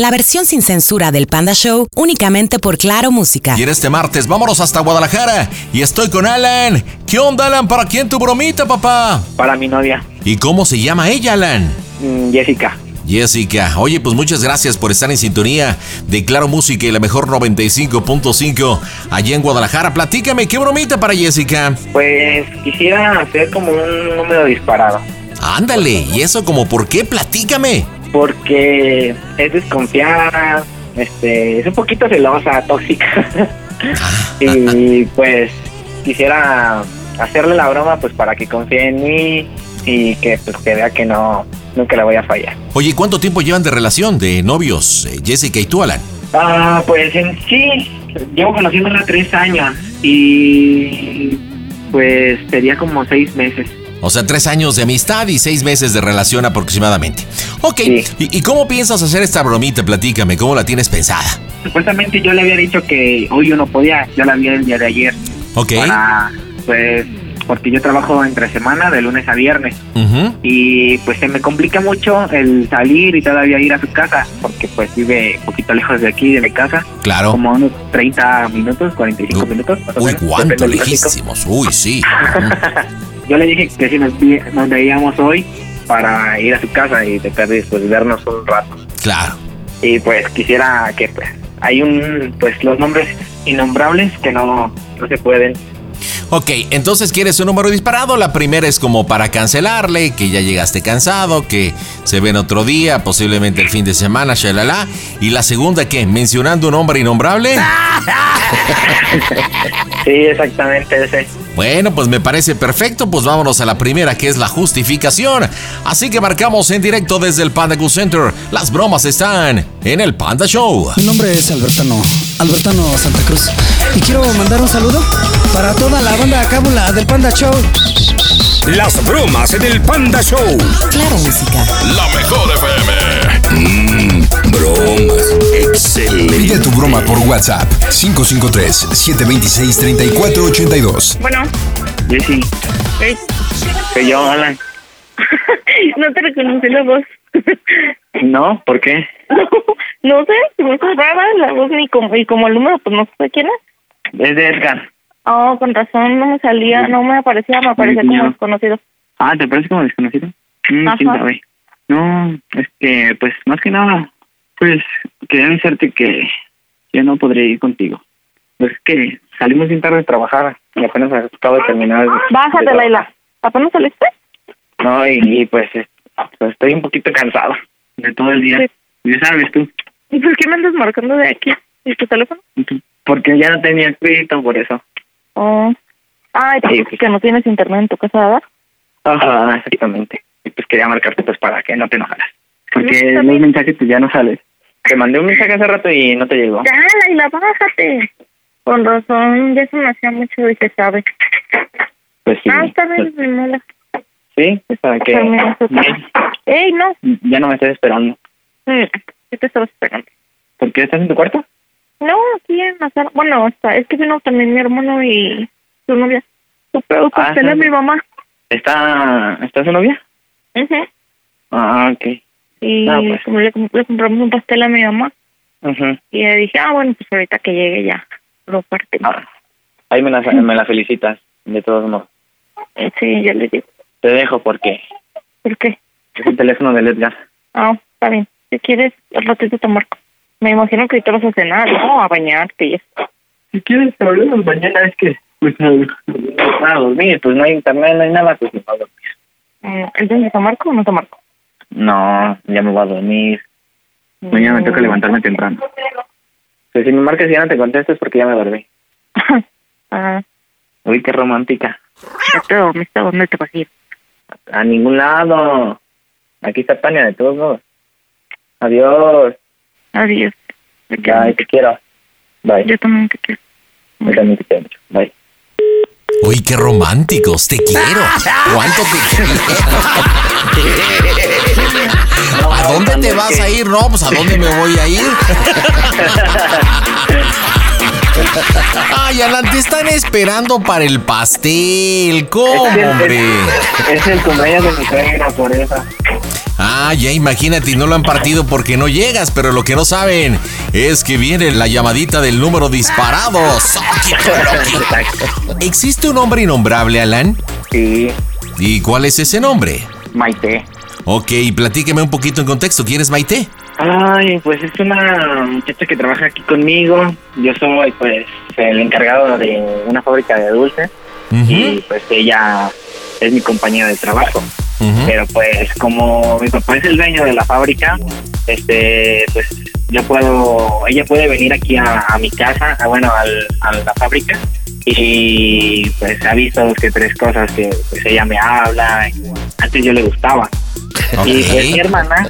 La versión sin censura del Panda Show únicamente por Claro Música. Y en este martes vámonos hasta Guadalajara y estoy con Alan. ¿Qué onda, Alan? ¿Para quién tu bromita, papá? Para mi novia, ¿Y cómo se llama ella, Alan? mm, Jessica. Jessica, oye, pues muchas gracias por estar en sintonía de Claro Música y la mejor 95.5 allá en Guadalajara. Platícame, ¿qué bromita para Jessica? Pues quisiera hacer como un número disparado, Ándale, ¿y eso como por qué? Platícame. porque es desconfiada, este, es un poquito celosa, tóxica. y pues quisiera hacerle la broma pues para que confíe en mí y que pues que vea que no nunca le voy a fallar. Oye, ¿cuánto tiempo llevan de relación de novios, eh, Jessica y tú, Alan? Ah, pues en sí, llevo conociéndola tres años y pues sería como seis meses. O sea, tres años de amistad y seis meses de relación aproximadamente. Ok, Sí. ¿Y, y cómo piensas hacer esta bromita? Platícame, ¿cómo la tienes pensada? Supuestamente yo le había dicho que hoy yo no podía, yo la vi el día de ayer. Ok. Para, pues, porque yo trabajo entre semana, de lunes a viernes. Ujú. Y pues se me complica mucho el salir y todavía ir a su casa, porque pues vive un poquito lejos de aquí, de mi casa, Claro. como unos 30 minutos, 45 minutos. más o Uy, menos, cuánto depende del tráfico. lejísimos. Uy, sí. Yo le dije que si nos, vi- nos veíamos hoy para ir a su casa y tratar de pues, vernos un rato. Claro. y pues quisiera que pues hay un pues los nombres innombrables que no no se pueden Ok, entonces quieres un número disparado. La primera es como para cancelarle, que ya llegaste cansado, que se ven otro día, posiblemente el fin de semana, shalala. Y la segunda, ¿qué? ¿Mencionando un hombre innombrable? Ah, sí exactamente ese Bueno, pues me parece perfecto, pues vámonos a la primera que es la justificación. Así que marcamos en directo desde el Panda Q Center. Las bromas están en el Panda Show. Mi nombre es Albertano, Albertano Santa Cruz. Y quiero mandar un saludo para toda la banda cábula del Panda Show. Las bromas en el Panda Show. Claro Música. La mejor FM. Mmm, bromas. Excelente. Envía tu broma por WhatsApp 553-726-3482. Bueno, Jessy eh, que yo Alan no te reconocí la voz. no por qué no, no sé, se me hizo rara la voz ni como, y como el número, pues no sé quién es. es de Edgar Oh, con razón no me salía, no me aparecía, me aparecía como no. desconocido. ah te parece como desconocido Mm, quién Ajá. sabe no es que pues más que nada pues quería avisarte que yo no podré ir contigo es que salimos bien tarde de trabajar y apenas acabo de terminar Bájate, Laila. ¿Apenas saliste? No, y, y, pues, es- pues, estoy un poquito cansado de todo el día. Sí. Ya sabes tú, ¿Y por qué me andas marcando de aquí? ¿Y tu teléfono? porque ya no tenía crédito por eso. Oh. Ay, pues Sí, es pues. que no tienes internet en tu casa, ¿verdad? Ajá, Ah, exactamente. Y pues quería marcarte pues para que no te enojaras. Sí, Porque está los bien. mensajes pues ya no sales. Te mandé un mensaje hace rato y no te llegó. Ya, Laila, bájate. Con razón, ya se me hacía mucho y se sabe. Pues sí. Ah, está bien, pues, mi mala. sí, pues, para que Termina su ya, trabajo. Ey, no. ya no me estés esperando. Mm, ¿Qué te estabas esperando? ¿Por qué estás en tu cuarto? No, aquí en la sala. Bueno, o sea, es que vino también mi hermano y su novia. Su peor Ah, pastel es sí. mi mamá. ¿Está, ¿Está su novia? Ujú. Ah, ok. Y Ah, pues. como le, comp- le compramos un pastel a mi mamá. Ujú. Y le dije, ah, bueno, pues ahorita que llegue ya lo partimos. Ah, ahí me la, me la felicitas, de todos modos. Eh, Sí, yo le digo, Te dejo porque ¿por qué? es el teléfono del Edgar. Ah, está bien. Si quieres, al ratito te marco. Me imagino que ahorita vas a cenar, ¿no? A bañarte y eso. Si quieres, hablemos mañana, es que pues no, no a dormir, pues no hay internet, no hay nada, pues me voy a dormir. Mm, ¿Entonces te marco o no te marco? No, ya me voy a dormir. Mañana me toca levantarme temprano. Pues si me marcas y ya no te contestas porque ya me dormí. ah, Uy, qué romántica. ya te dormiste, ¿a dónde te vas a ir? A ningún lado. Aquí está Tania de todos modos. Adiós. Adiós. Te quiero Bye, mucho. te quiero. Bye. Yo también te quiero. Yo también te quiero mucho. Bye. Uy, qué románticos, te quiero. ¿Cuánto te quiero? ¿A dónde te vas a ir? No, pues a dónde me voy a ir. Ay, Alan, te están esperando para el pastel. ¿Cómo, Es el- hombre? Es, es el cumpleaños de mi suegra, por eso. Ah, ya imagínate, no lo han partido porque no llegas, pero lo que no saben es que viene la llamadita del número disparado. Soquito, loquito. ¿Existe un hombre innombrable, Alan? Sí, ¿Y cuál es ese nombre? Maite. Ok, platíqueme un poquito en contexto. ¿Quién es Maite? Ay, pues es una muchacha que trabaja aquí conmigo. Yo soy, pues, el encargado de una fábrica de dulces. Y, pues, ella es mi compañera de trabajo. Ujú. Pero, pues, como mi papá es el dueño de la fábrica, este, pues, yo puedo... Ella puede venir aquí a, a mi casa, a, bueno, al, a la fábrica. Y, pues, ha visto dos que tres cosas que, pues, ella me habla. y antes yo le gustaba. Y pues mi Ok. hermana,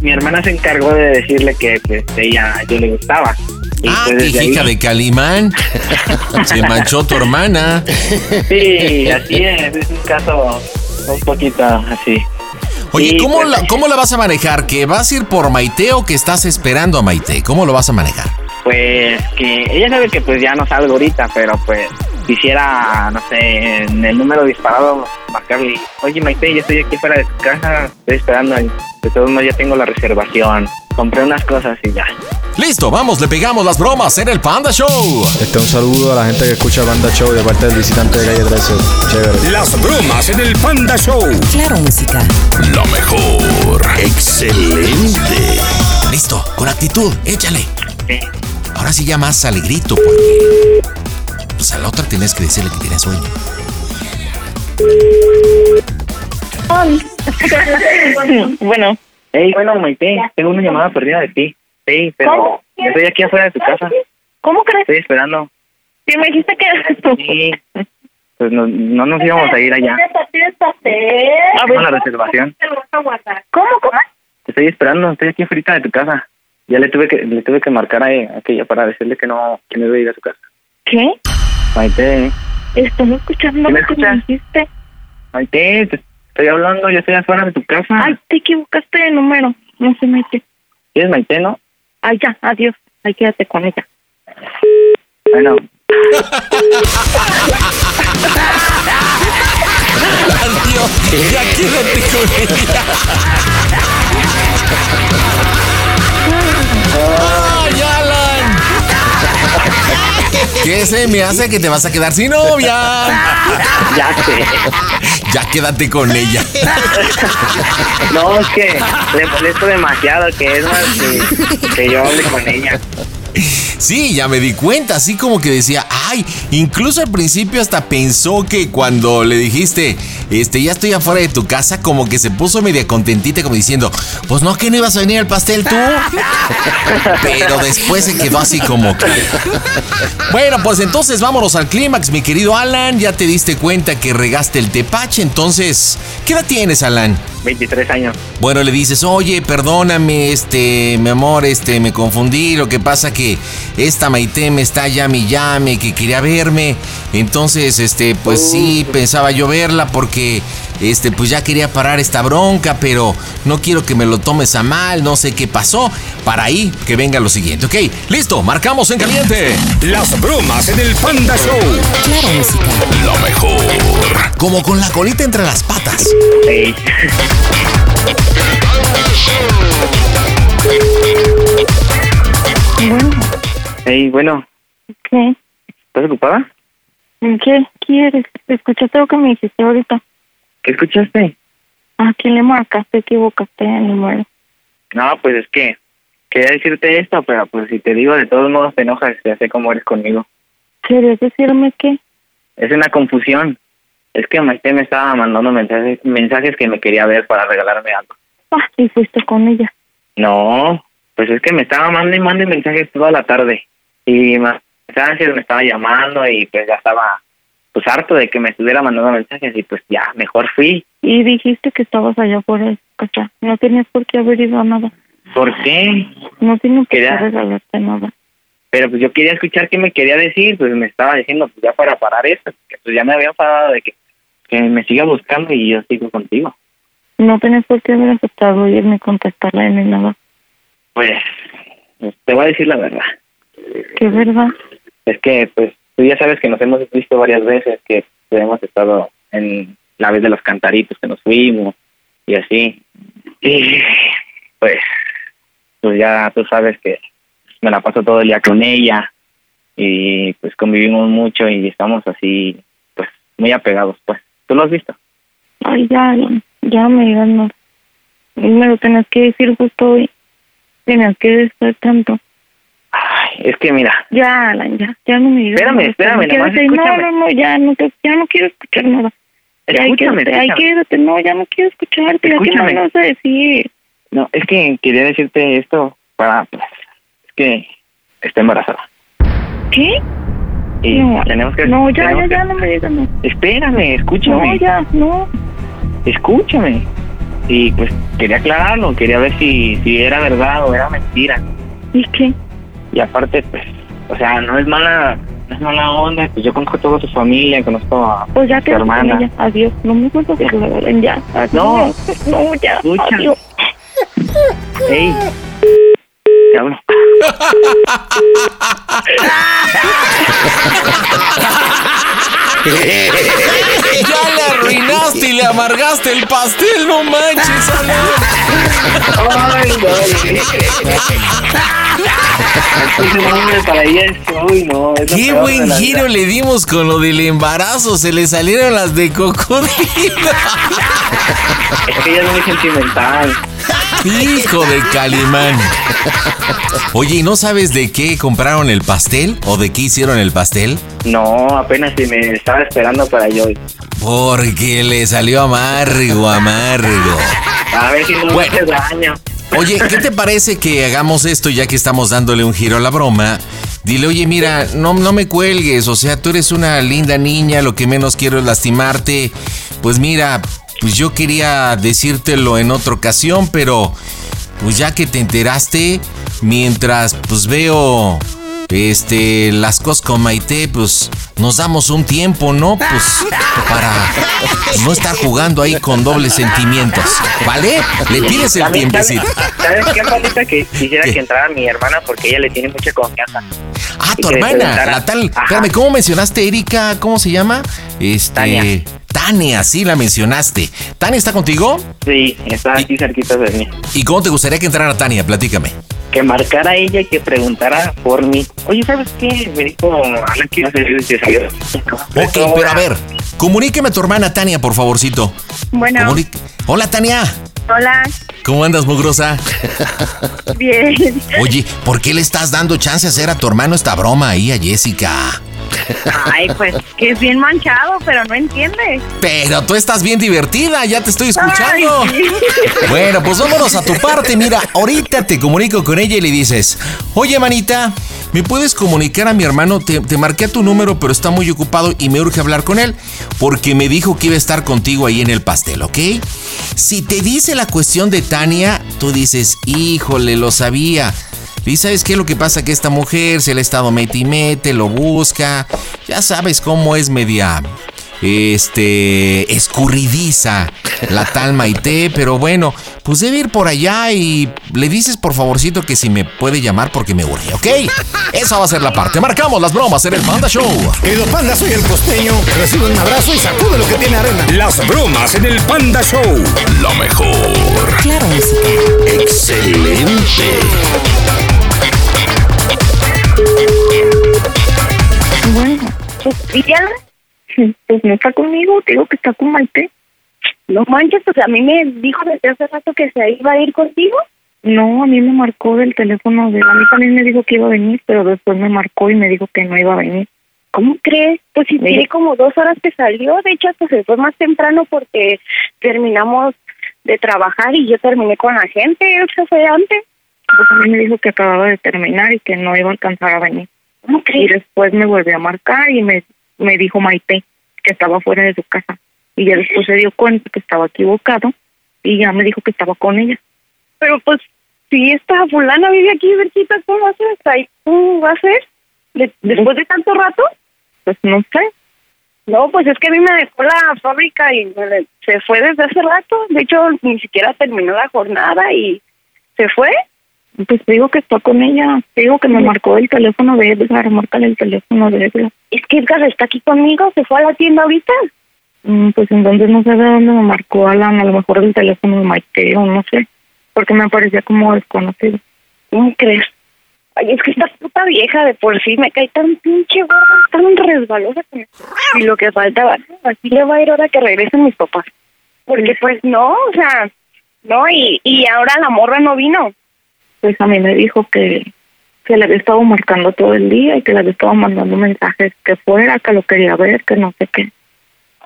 mi hermana se encargó de decirle que pues ella yo le gustaba. Y Ah, pues, qué desde hija ahí- de Calimán. Se manchó tu hermana. Sí, así es, es un caso un poquito así. Oye, Sí, ¿cómo pues, la, ¿cómo la vas a manejar? ¿Que vas a ir por Maite o que estás esperando a Maite? ¿Cómo lo vas a manejar? Pues que ella sabe que pues ya no salgo ahorita, pero pues quisiera, no sé, en el número disparado marcarle, oye Maite, yo estoy aquí fuera de tu casa, estoy esperando, de todos modos ya tengo la reservación, compré unas cosas y ya. Listo, vamos, le pegamos las bromas en el Panda Show. Este, un saludo a la gente que escucha Banda Show de parte del visitante de calle 13. Chévere. Las bromas en el Panda Show. Claro Música. Lo mejor. Excelente. Listo, con actitud, échale. Sí. Ahora sí ya más alegrito, porque. Pues a la otra tenías que decirle que tenías sueño. bueno, Hey, bueno, Maite, tengo una llamada perdida de ti. Sí, pero ¿Cómo? estoy aquí afuera de tu casa. ¿cómo crees? Estoy esperando. Si me dijiste que eras tú. Sí. Pues no, no nos íbamos a ir allá. A Tengo la reservación. ¿Cómo, cómo? Te estoy esperando, estoy aquí afuera de tu casa. Ya le tuve que le tuve que marcar a a aquella para decirle que no que no iba a ir a su casa. ¿Qué? Maite, Estás escuchando ¿Sí me lo que me escuchas? dijiste. Maite, te estoy hablando, yo estoy afuera de tu casa. Ay, Ah, te equivocaste de número. No se mete. ¿Sí es Maite, no? Ay, ya, adiós. Ay, quédate con ella. Bueno, Adiós, ya quédate con ella. ¡Ay, Alan! ¿Qué se me hace que te vas a quedar sin novia? ya sé. Ya quédate con ella. No, es que le molesto demasiado, que es más que, que yo hable con ella. Sí, ya me di cuenta, así como que decía, ay, incluso al principio hasta pensó que cuando le dijiste, este, ya estoy afuera de tu casa, como que se puso media contentita, como diciendo, pues no, que no ibas a venir al pastel tú. Pero después se quedó así como que. Bueno, pues entonces vámonos al clímax, mi querido Alan, ya te diste cuenta que regaste el tepache, entonces, ¿qué edad tienes, Alan? 23 años. Bueno, le dices, oye, perdóname, este, mi amor, este, me confundí, lo que pasa que esta Maite me está llame y llame, que quería verme. Entonces, este, pues sí, pensaba yo verla porque, este, pues ya quería parar esta bronca, pero no quiero que me lo tomes a mal, no sé qué pasó. Para ahí, que venga lo siguiente, ¿ok? Listo, marcamos en caliente. Las bromas en el Panda Show. Claro Música. Lo mejor. Como con la colita entre las patas. Sí. Bueno, Hey, bueno, ¿qué? ¿estás ocupada? ¿Qué quieres? ¿Escuchaste lo que me dijiste ahorita? ¿Qué escuchaste? ¿A quién le marcas? Te equivocaste de número. No, pues es que quería decirte esto, pero pues si te digo, de todos modos te enojas, ya sé cómo eres conmigo. ¿Querías decirme qué? Es una confusión. Es que Maite me estaba mandando mensajes, mensajes que me quería ver para regalarme algo. Ah, y fuiste con ella. No, pues es que me estaba mandando y mandando mensajes toda la tarde. Y más mensajes, me estaba llamando y pues ya estaba pues harto de que me estuviera mandando mensajes y pues ya, mejor fui. Y dijiste que estabas allá por el cachá. No tenías por qué haber ido a nada. ¿Por qué? No tengo que Quería- regalarte nada. Pero pues yo quería escuchar qué me quería decir, pues me estaba diciendo pues ya para parar esto, porque pues ya me había enfadado de que, que me siga buscando y yo sigo contigo. No tenés por qué haber aceptado ir ni contestarla ni nada. Pues te voy a decir la verdad. Qué verdad. Es que pues tú ya sabes que nos hemos visto varias veces, que hemos estado en la vez de los cantaritos que nos fuimos y así. Y pues, pues ya tú sabes que me la paso todo el día con ella y pues convivimos mucho y estamos así pues muy apegados pues. ¿Tú lo has visto? Ay, ya, ya me digas más. Me lo tenías que decir justo hoy. Tenías que estar tanto. Ay, es que mira, Ya, Alan, ya, ya no me digas. Espérame, nada. espérame, Quédate nomás ahí. no, escúchame. no, no, ya no, te- ya no quiero escuchar nada. Ya, ahí escúchame, quédate, ahí escúchame. quédate, no, ya no quiero escucharte. ya que no Escúchame. me vas a decir. No, es que quería decirte esto para pues, es que está embarazada ¿Qué? y no, Eh, tenemos que no, ya, ya, tenemos ya, no me digas nada. que- Espérame, escúchame. No, ya, no. escúchame. Y pues quería aclararlo, quería ver si, si era verdad o era mentira. ¿Y qué? Y aparte, pues, o sea, no es mala, no es mala onda, pues yo conozco a toda su familia, conozco a Pues ya su quédate con hermana. ella. Adiós, no me vuelvas a hablar, Alan, ya. No. Adiós. no, ya, Escúchame. adiós. Ey. Te hablo. Ya le arruinaste y le amargaste el pastel, no manches. Ale. Ay, no, hombre, para ella es, uy, no, es lo Qué peor de buen la giro vida. le dimos con lo del embarazo. Se le salieron las de cocodrilo. Es que ella es muy sentimental. Hijo de Calimán. Oye, ¿y no sabes de qué compraron el pastel? ¿O de qué hicieron el pastel? No, apenas si me estaba esperando para yo. Porque le salió amargo, amargo. A ver si no Bueno. me hace daño. Oye, ¿qué te parece que hagamos esto ya que estamos dándole un giro a la broma? Dile, oye, mira, no, no me cuelgues, o sea, tú eres una linda niña, lo que menos quiero es lastimarte. Pues mira, pues yo quería decírtelo en otra ocasión, pero pues ya que te enteraste, mientras pues veo este las cosas con Maite, pues nos damos un tiempo, ¿no? Pues para no estar jugando ahí con dobles sentimientos, ¿vale? Le pides el ¿Sabes- tiempecito. ¿Sabes, ¿sabes qué, Palita? Que quisiera ¿Qué? que entrara mi hermana porque ella le tiene mucha confianza. Ah, y tu que hermana, preguntara- la tal. Ajá. Espérame, ¿cómo mencionaste Erika? ¿Cómo se llama? Este. Tania. Tania, sí la mencionaste. ¿Tania está contigo? Sí, está aquí cerquita de mí. ¿Y cómo te gustaría que entrara Tania? Platícame. Que marcara ella y que preguntara por mí. Oye, ¿sabes qué? Me dijo, "Ah, Alan, que iba a salir de salió. Pues Ok, pero a ver, comuníqueme a tu hermana Tania, por favorcito. Bueno, Comuni- Hola, Tania. hola, ¿Cómo andas, mugrosa? bien. Oye, ¿por qué le estás dando chance a hacer a tu hermano esta broma ahí a Jessica? Ay, pues que es bien manchado, pero no entiende. Pero tú estás bien divertida, ya te estoy escuchando. Ay, sí. Bueno, pues vámonos a tu parte. Mira, ahorita te comunico con ella y le dices, oye, manita, ¿me puedes comunicar a mi hermano? Te, te marqué tu número, pero está muy ocupado y me urge hablar con él porque me dijo que iba a estar contigo ahí en el pastel, ¿ok? Si te dice la cuestión de Tania, tú dices, híjole, lo sabía. Y sabes qué lo que pasa que esta mujer se le ha estado mete y mete, lo busca. Ya sabes cómo es media este escurridiza la tal Maite, pero bueno, pues debe ir por allá y le dices por favorcito que si me puede llamar porque me urge, ¿ok? Esa va a ser la parte. Marcamos las bromas en el Panda Show. Querido Panda, soy el costeño. Recibe un abrazo y Pues sacude lo que tiene arena. Las bromas en el Panda Show. Lo mejor. Claro Música. Excelente. Bueno, Pues, ¿Y ya? pues no está conmigo, te digo que está con Maite. No manches, pues a mí me dijo desde hace rato que se iba a ir contigo. No, a mí me marcó del teléfono de... A mí también me dijo que iba a venir, pero después me marcó y me dijo que no iba a venir. ¿Cómo crees? Pues si Sí. tiene como dos horas que salió, de hecho pues se fue más temprano porque terminamos de trabajar y yo terminé con la gente, él se fue antes. Pues a mí me dijo que acababa de terminar y que no iba a alcanzar a venir. ¿Cómo Y crees? después me volvió a marcar y me, me dijo Maite que estaba fuera de su casa. Y ya después se dio cuenta que estaba equivocado y ya me dijo que estaba con ella. Pero pues si esta fulana vive aquí cerquita, ¿cómo va a ser? hasta ahí? ¿Cómo va a ser? ¿De- ¿Después de tanto rato? Pues no sé. No, pues es que a mí me dejó la fábrica y me le- se fue desde hace rato. De hecho, ni siquiera terminó la jornada y se fue. Pues te digo que está con ella. Te digo que me Sí. marcó el teléfono de Edgar. Márcale el teléfono de Edgar. Es que Edgar está aquí conmigo, se fue a la tienda ahorita. Mm, Pues entonces no sé de dónde me marcó Alan. A lo mejor el teléfono de Maite o no sé. Porque me parecía como desconocido. ¿Cómo crees? Ay, es que esta puta vieja de por sí me cae tan pinche gorda, tan resbalosa. que me- Y lo que faltaba, así le va a ir ahora que regresen mis papás. Porque pues no, o sea, no, y, y ahora la morra no vino. Pues a mí me dijo que, que le había estado marcando todo el día y que le había estado mandando mensajes que fuera, que lo quería ver, que no sé qué.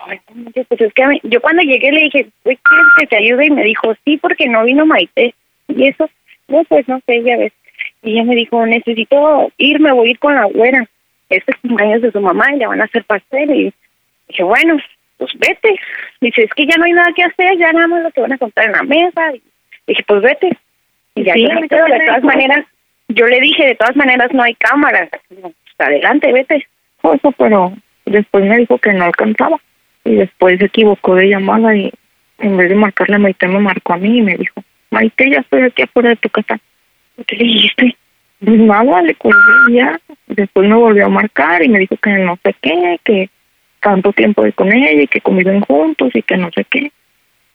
Ay, no manches, pues es que a mí- yo cuando llegué le dije, güey, ¿quieres que te ayude? Y me dijo, sí, porque no vino Maite. Y eso, no, pues no sé, ya ves. Y ella me dijo, necesito irme, voy a ir con la güera. Este es cumpleaños de su mamá y le van a hacer pastel. Y dije, bueno, pues vete. Dice, es que ya no hay nada que hacer, ya nada más lo que van a contar en la mesa. Y dije, pues vete. Y ya, Sí, yo, pero de todas maneras, yo le dije, de todas maneras no hay cámaras. Digo, Pues adelante, vete. Todo Oh, eso, pero después me dijo que no alcanzaba. Y después se equivocó de llamada y en vez de marcarle a Maite me marcó a mí y me dijo, Maite, ya estoy aquí afuera de tu casa. ¿Y ¿Qué le dijiste? Pues nada, le colgué y ya. Después me volvió a marcar y me dijo que no sé qué, que tanto tiempo de con ella y que conviven juntos y que no sé qué.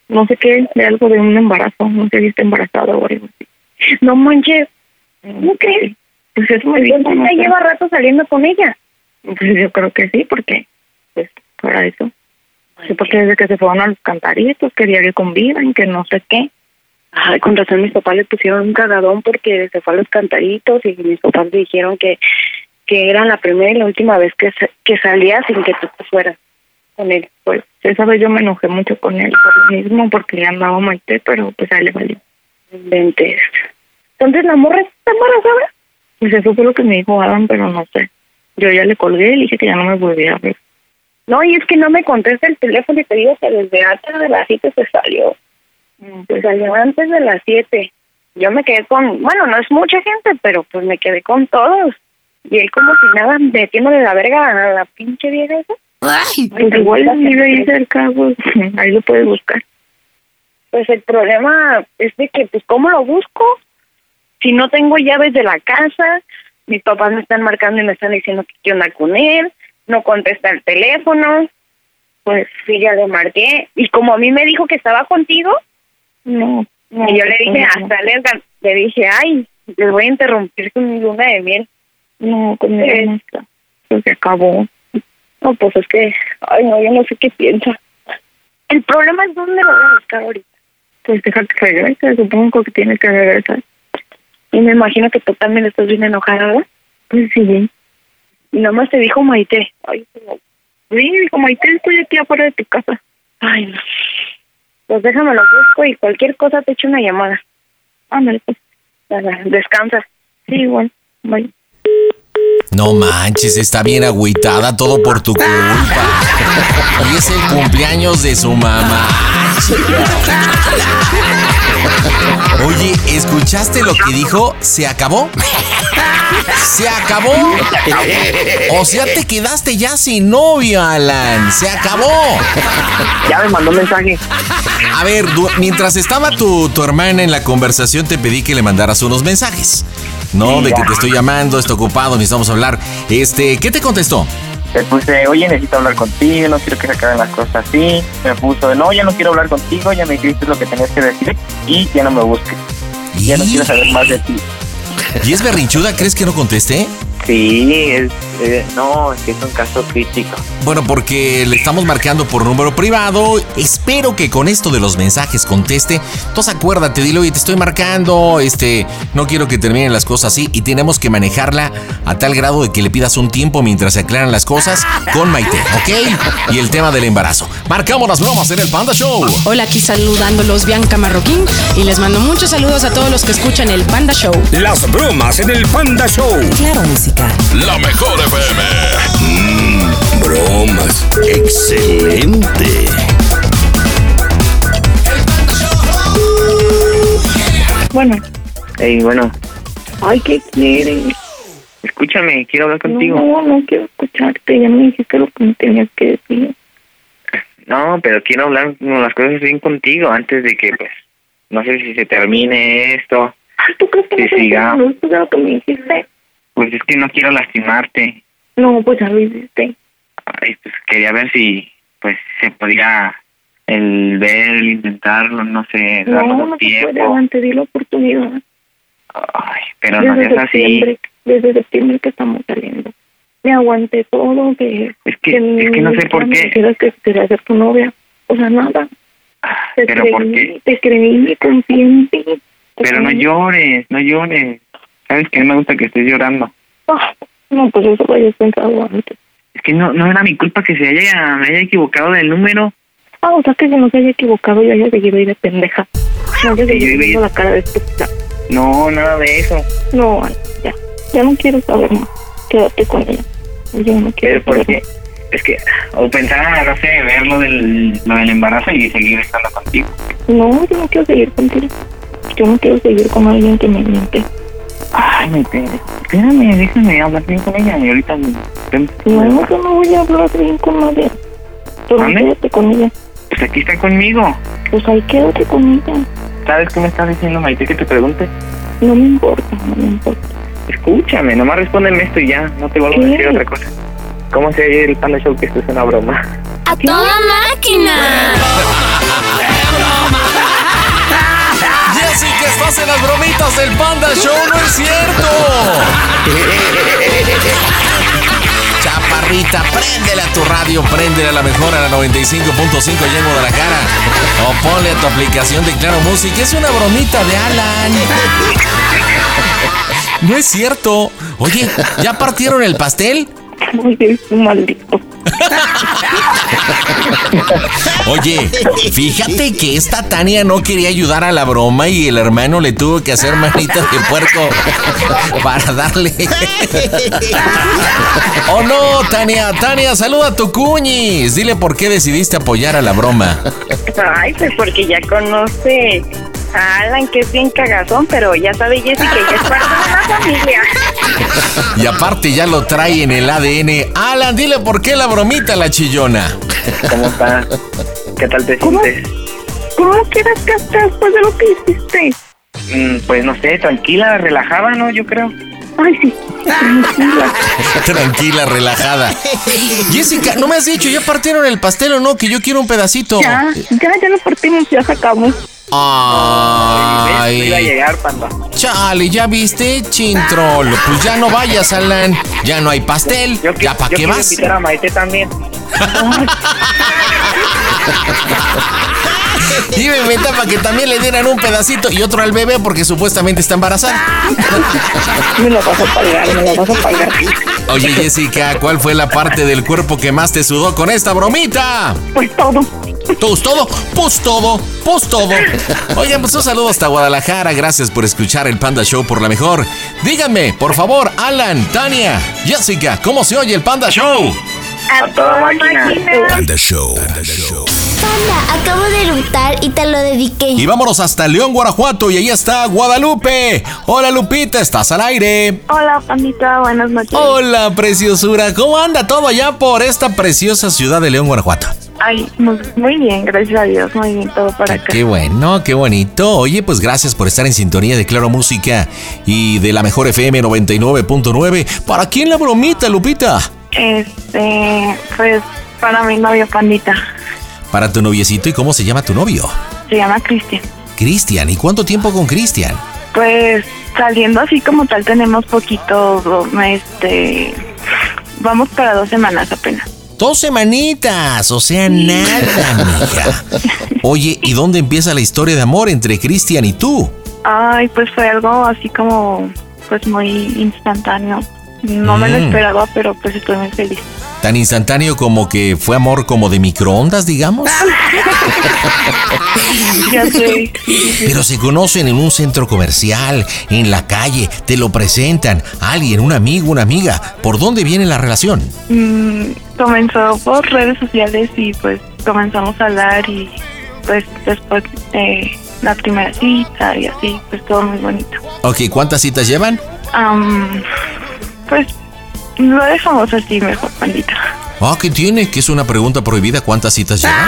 No sé qué, de algo de un embarazo, no sé si está embarazada o algo así. No manches, ¿No crees? Pues eso me dijo. Entonces no ya sé. lleva rato saliendo con ella. Pues yo creo que sí, porque pues para eso. Sí, porque desde que se fueron a los cantaritos quería que convivan, que no sé qué. Ay, con razón mis papás le pusieron un cagadón porque se fue a los cantaritos y mis papás le dijeron que, que era la primera y la última vez que, sa- que salía sin que tú te fueras con él. Pues esa vez yo me enojé mucho con él por lo mismo, porque le andaba Maite, pero pues a él le valió. Inventes. Entonces la morra está embarazada. Pues eso fue lo que me dijo Adam, pero no sé. Yo ya le colgué y le dije que ya pues. no me volvía a ver. No, y es que no me contesta el teléfono y te digo que desde antes de las 7 se salió. Se salió antes de las 7. Yo me quedé con, bueno, no es mucha gente, pero pues me quedé con todos. Y él como si nada, metiéndole la verga a la pinche vieja esa. Pues igual vive ahí cerca, pues ahí lo puedes buscar. Pues el problema es de que, pues, ¿cómo lo busco? Si no tengo llaves de la casa, mis papás me están marcando y me están diciendo que qué onda con él, no contesta el teléfono, pues sí, ya le marqué. Y como a mí me dijo que estaba contigo, No. no y yo le dije, no, hasta le, le dije, ay, les voy a interrumpir con mi luna de miel. No, conmigo Eh. no está. Pues se acabó. No, pues es que, ay, no, yo no sé qué piensa. El problema es dónde lo voy a buscar ahorita. Pues deja que ¿eh? regrese, supongo que tiene que regresar. Y me imagino que tú también estás bien enojada, ¿verdad? Pues sí. Y nada más te dijo Maite. Ay, no. Sí, dijo Maite, estoy aquí afuera de tu casa. Ay, no. Pues déjame lo busco y cualquier cosa te echo una llamada. Ándale, pues. Nada, Descansa. Sí, igual. Bye. No manches, está bien agüitada todo por tu culpa. Y es el cumpleaños de su mamá. Oye, ¿escuchaste lo que dijo? ¿Se acabó? ¿Se acabó? O sea, te quedaste ya sin novio, Alan. Se acabó. Ya me mandó un mensaje. A ver, du- mientras estaba tu, tu hermana en la conversación, te pedí que le mandaras unos mensajes. No, de que te estoy llamando, estoy ocupado, necesitamos hablar. Este, ¿qué te contestó? Le puse, oye, necesito hablar contigo, no quiero que se acaben las cosas así. Me puso, no, ya no quiero hablar contigo, ya me dijiste lo que tenías que decir y ya no me busques. Ya no quiero saber más de ti. ¿Y es berrinchuda? ¿Crees que no conteste? Sí, es, eh, no, es que es un caso crítico. Bueno, porque le estamos marcando por número privado. Espero que con esto de los mensajes conteste. Entonces acuérdate, dile, oye, te estoy marcando, este, no quiero que terminen las cosas así. Y tenemos que manejarla a tal grado de que le pidas un tiempo mientras se aclaran las cosas con Maite, ¿ok? Y el tema del embarazo. Marcamos las bromas en el Panda Show. Hola, aquí saludándolos Bianca Marroquín y les mando muchos saludos a todos los que escuchan el Panda Show. Las bromas en el Panda Show. Claro, música. La mejor FM. Mm, bromas. Excelente. Bueno, Ey, bueno, ay, ¿qué quieres? escúchame, quiero hablar contigo. No, no quiero escucharte, ya me dijiste lo que me tenías que decir. No. pero quiero hablar no, las cosas bien contigo antes de que, pues, no sé si se termine esto. Ay, Ah, ¿tú crees que Que no te siga. no es lo que me dijiste? Pues es que no quiero lastimarte. No, pues ya lo hiciste. Ay, pues quería ver si, pues, se podía el ver, el intentarlo, no sé, No, darnos no te puede, tiempo. Juan, te di la oportunidad. Ay, pero no desde seas así. septiembre, desde septiembre que estamos saliendo. Me aguanté todo, que... Es que- es que no sé por qué. Quieras que quería ser tu novia. O sea, nada. Te Ah, pero creí, ¿por qué? Te creí, confié en ti. Te Pero no creí. llores, no llores. Sabes que no me gusta que estés llorando. Ah, no, pues eso lo habías pensado antes. Es que no, no era mi culpa que se haya, me haya equivocado del número. Ah, o sea, que si no se haya equivocado yo haya seguido ahí de pendeja. No haya yo iba seguido a ir- viendo la cara de este estúpida. No, nada de eso. No, Juan, ya. Ya no quiero saber más. Quédate con ella. Yo no quiero Pero saber porque es que o pensaba, no sé, ver lo del, lo del embarazo y seguir estando contigo. No, yo no quiero seguir contigo. Yo no quiero seguir con alguien que me miente. Ay, me pere- Espérame, déjame hablar bien con ella y ahorita me- vemos. No, yo no voy a hablar bien con nadie. Solo ¿Mande? quédate con ella. Pues aquí está conmigo. Pues ahí quédate con ella. ¿Sabes qué me estás diciendo, Maite, que te pregunte? No me importa, no me importa. Escúchame, nomás respóndeme esto y ya, no te vuelvo a ¿Qué? decir otra cosa. ¿Cómo se oye el panda show que esto es una broma? A toda máquina. Jessica, estás en las bromitas del Panda Show, no es cierto. Chaparrita, préndele a tu radio, préndele a la mejor a la 95.5 allá en Guadalajara. O ponle a tu aplicación de Claro Music, es una bromita de Alan. No es cierto. Oye, ¿ya partieron el pastel? Ay, eres un maldito. Oye, fíjate que esta Tania no quería ayudar a la broma y el hermano le tuvo que hacer manitas de puerco para darle. Oh no, Tania, Tania, saluda a tu cuñis. Dile por qué decidiste apoyar a la broma. Ay, pues porque ya conoce a Alan, que es bien cagazón, pero ya sabe Jessy que ella es parte de la familia. Y aparte ya lo trae en el ADN. Alan, dile por qué la bromita, la chillona. ¿Cómo está? ¿Qué tal te ¿Cómo? sientes? ¿Cómo quieras que hasta después de lo que hiciste? Mm, pues no sé, tranquila, relajada, ¿no? Yo creo. Ay, sí. Tranquila. Tranquila, relajada. Jessica, ¿no me has dicho ya partieron el pastel o no? Que yo quiero un pedacito. Ya, ya, ya nos partimos, ya sacamos. Esto Iba a Ay. llegar, panda. Chale, ¿ya viste, Chintrol? Pues ya no vayas, Alan. Ya no hay pastel. Yo, qui- ¿Ya yo para qué quiero vas? invitar a Maite también. Dime, inventa para que también le dieran un pedacito y otro al bebé porque supuestamente está embarazada. Me la vas a pagar, me la vas a pagar. Oye, Jessica, ¿cuál fue la parte del cuerpo que más te sudó con esta bromita? Pues todo. Pues todo, pues todo, pues todo. Oigan, pues un saludo hasta Guadalajara. Gracias por escuchar el Panda Show por la mejor. Díganme, por favor, Alan, Tania, Jessica, ¿cómo se oye el Panda Show? A toda máquina. Panda Show. Panda, acabo de eructar y te lo Y dediqué. vámonos hasta León, Guanajuato. Y ahí está Guadalupe. Hola, Lupita, estás al aire. Hola, pandita, buenas noches. Hola, preciosura. ¿Cómo anda todo allá por esta preciosa ciudad de León, Guanajuato? Ay, mu- muy bien, gracias a Dios, muy bien todo para acá. Qué bueno, qué bonito. Oye, pues gracias por estar en sintonía de Claro Música y de la mejor FM 99.9. ¿Para quién la bromita, Lupita? Este, pues para mi novio pandita, Para tu noviecito y cómo se llama tu novio. se llama Cristian. Cristian, ¿y cuánto tiempo con Cristian? Pues Saliendo así como tal tenemos poquito, este, vamos para dos semanas apenas. Dos semanitas, o sea, nada, amiga. Oye, ¿y dónde empieza la historia de amor entre Cristian y tú? Ay, pues fue algo así como, pues muy instantáneo. No me lo Mm. esperaba, pero pues estoy muy feliz. Tan instantáneo como que fue amor como de microondas, digamos. ya sé. Pero se conocen en un centro comercial, en la calle, te lo presentan, alguien, un amigo, una amiga. ¿Por dónde viene la relación? Mm, comenzó por redes sociales y pues comenzamos a hablar y pues después eh, la primera cita y así, pues todo muy bonito. Ok, ¿cuántas citas llevan? Am, pues lo dejamos así mejor, pandita. Ah, ¿qué tiene? Que es una pregunta prohibida, ¿cuántas citas llevan?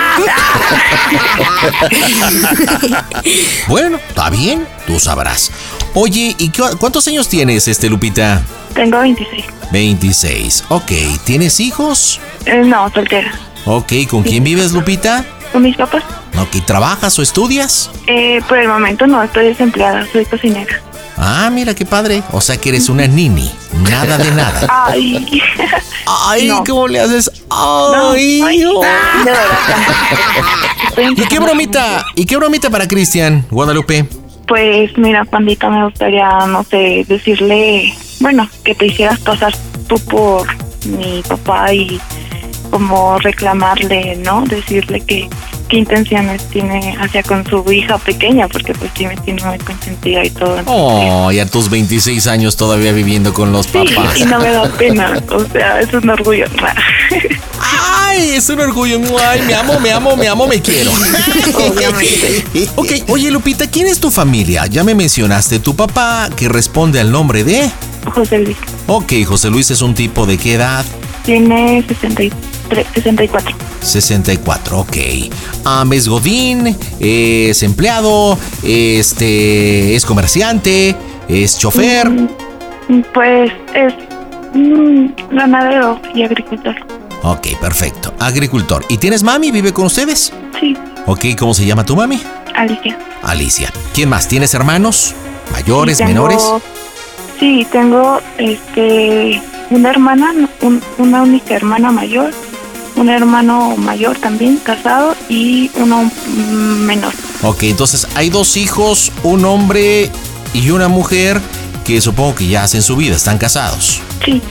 bueno, está bien, tú sabrás. Oye, ¿y cu- cuántos años tienes, este Lupita? Tengo 26. 26. Ok, ¿tienes hijos? Eh, no, soltera. Ok, ¿con quién vives, Lupita? Con mis papás, Ok, ¿trabajas o estudias? eh, por el momento no, estoy desempleada, soy cocinera. Ah, mira qué padre. O sea que eres una nini. Nada de nada. Ay. Ay, ¿cómo le haces? Ay, oh. ¿Y qué bromita? ¿Y qué bromita para Cristian, Guadalupe? Pues mira, pandita, me gustaría, no sé, decirle, bueno, que te hicieras pasar tú por mi papá y como reclamarle, ¿no? Decirle que qué intenciones tiene hacia con su hija pequeña, porque pues sí me tiene muy consentida y todo. Oh, y a tus 26 años todavía viviendo con los Sí, papás. y no me da pena, o sea, es un orgullo. Ay, es un orgullo. Ay, me amo, me amo, me amo, me quiero. ok, oye Lupita, ¿quién es tu familia? Ya me mencionaste tu papá, que responde al nombre de... José Luis Ok, José Luis es un tipo de qué edad? tiene 63, 64. 64, ok. Am es Godín, eh, es empleado, este, es comerciante, es chofer. Pues es mm, ganadero y agricultor. Ok, perfecto. Agricultor. ¿Y tienes mami? ¿Vive con ustedes? Sí, Ok, ¿cómo se llama tu mami? Alicia. Alicia. ¿Quién más? ¿Tienes hermanos? ¿Mayores? Tengo- ¿Menores? Sí, tengo este una hermana, un- una única hermana mayor, un hermano mayor también casado y uno mm, menor. Ok, entonces hay dos hijos, un hombre y una mujer que supongo que ya hacen su vida, están casados. Sí,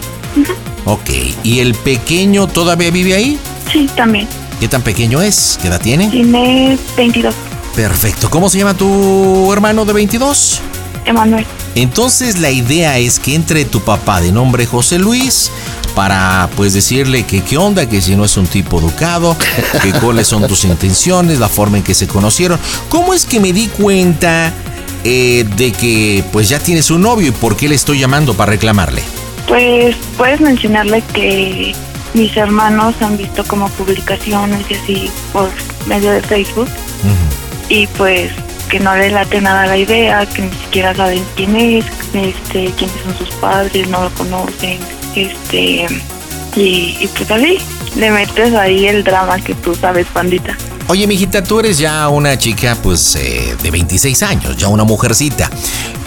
Ok, ¿y el pequeño todavía vive ahí? sí, también. ¿Qué tan pequeño es? ¿Qué edad tiene? Tiene 22, Perfecto. ¿Cómo se llama tu hermano de 22? Emanuel. Entonces la idea es que entre tu papá de nombre José Luis para pues decirle que qué onda, que si no es un tipo educado, que cuáles son tus intenciones, la forma en que se conocieron. ¿Cómo es que me di cuenta eh, de que pues ya tienes un novio y por qué le estoy llamando para reclamarle? Pues puedes mencionarle que mis hermanos han visto como publicaciones y así por medio de Facebook y pues que no le late nada la idea, que ni siquiera saben quién es, este, quiénes son sus padres, no lo conocen, este y, y pues así le metes ahí el drama que tú sabes, pandita. Oye, mijita, tú eres ya una chica, pues, eh, de 26 años, ya una mujercita.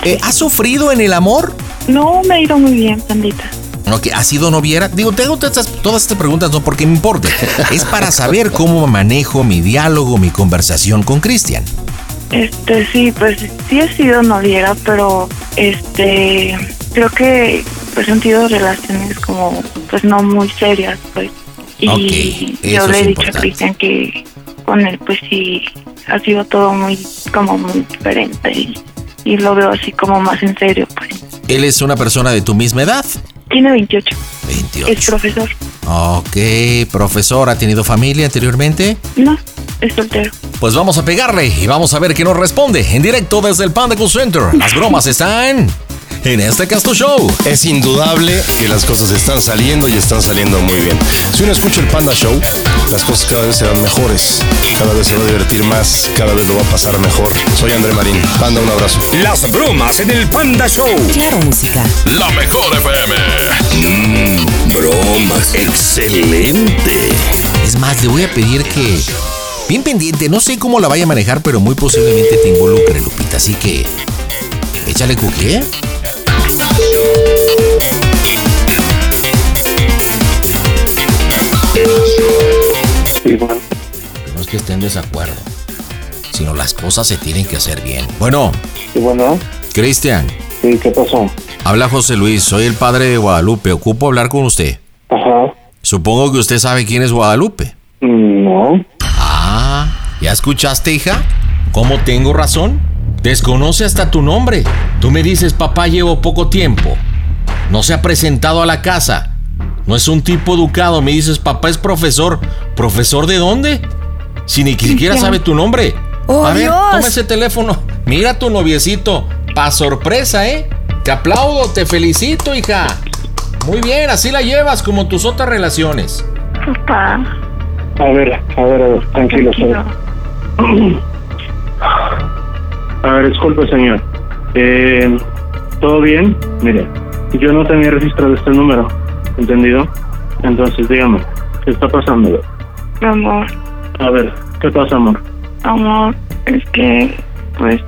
Eh, ¿Has sufrido en el amor? No, me ha ido muy bien, pandita. Ok, ¿ha sido noviera? Digo, te hago todas estas, todas estas preguntas no porque me importe. Es para saber cómo manejo mi diálogo, mi conversación con Cristian. Este, sí, pues sí he sido noviera, pero este, creo que pues han sido relaciones como, pues no muy serias, pues. Y Ok, yo eso le he es dicho importante. a Cristian que con él, pues sí, ha sido todo muy, como muy diferente y, y lo veo así como más en serio, pues. Él es una persona de tu misma edad. Tiene 28, 28. es profesor, Ok, profesor, ¿ha tenido familia anteriormente? no, es soltero. Pues vamos a pegarle y vamos a ver qué nos responde en directo desde el Panda Cool Center. Las bromas están en este Casto Show. Es indudable que las cosas están saliendo y están saliendo muy bien. Si uno escucha el Panda Show, las cosas cada vez serán mejores, cada vez se va a divertir más, cada vez lo va a pasar mejor. Soy André Marín. Panda, un abrazo. Las bromas en el Panda Show. Claro, música. La mejor FM. bromas. Excelente. Es más, le voy a pedir que. Bien pendiente, no sé cómo la vaya a manejar, pero muy posiblemente te involucre, Lupita. Así que. Échale cookie. ¿eh? No es que esté en desacuerdo, sino las cosas se tienen que hacer bien. Bueno, Y bueno, Cristian, ¿y qué pasó? habla José Luis, soy el padre de Guadalupe, ocupo hablar con usted. Ajá. Supongo que usted sabe quién es Guadalupe. No. Ah, ¿ya escuchaste, hija? ¿Cómo tengo razón? Desconoce hasta tu nombre. Tú me dices, papá, llevo poco tiempo. No se ha presentado a la casa. No es un tipo educado. Me dices, papá es profesor. ¿Profesor de dónde? Si ni siquiera Cristian. sabe tu nombre. ¡Oh, a ver, Dios! toma ese teléfono. Mira a tu noviecito. Pa' sorpresa, ¿eh? Te aplaudo, te felicito, hija. Muy bien, así la llevas como tus otras relaciones. Papá, A ver, a ver, a ver, tranquilo, a ver. A ver, disculpe, señor. Eh, ¿Todo bien? Mire, yo no tenía registrado este número, ¿entendido? Entonces, dígame, ¿qué está pasando? mi amor, A ver, ¿qué pasa, amor? amor, es que pues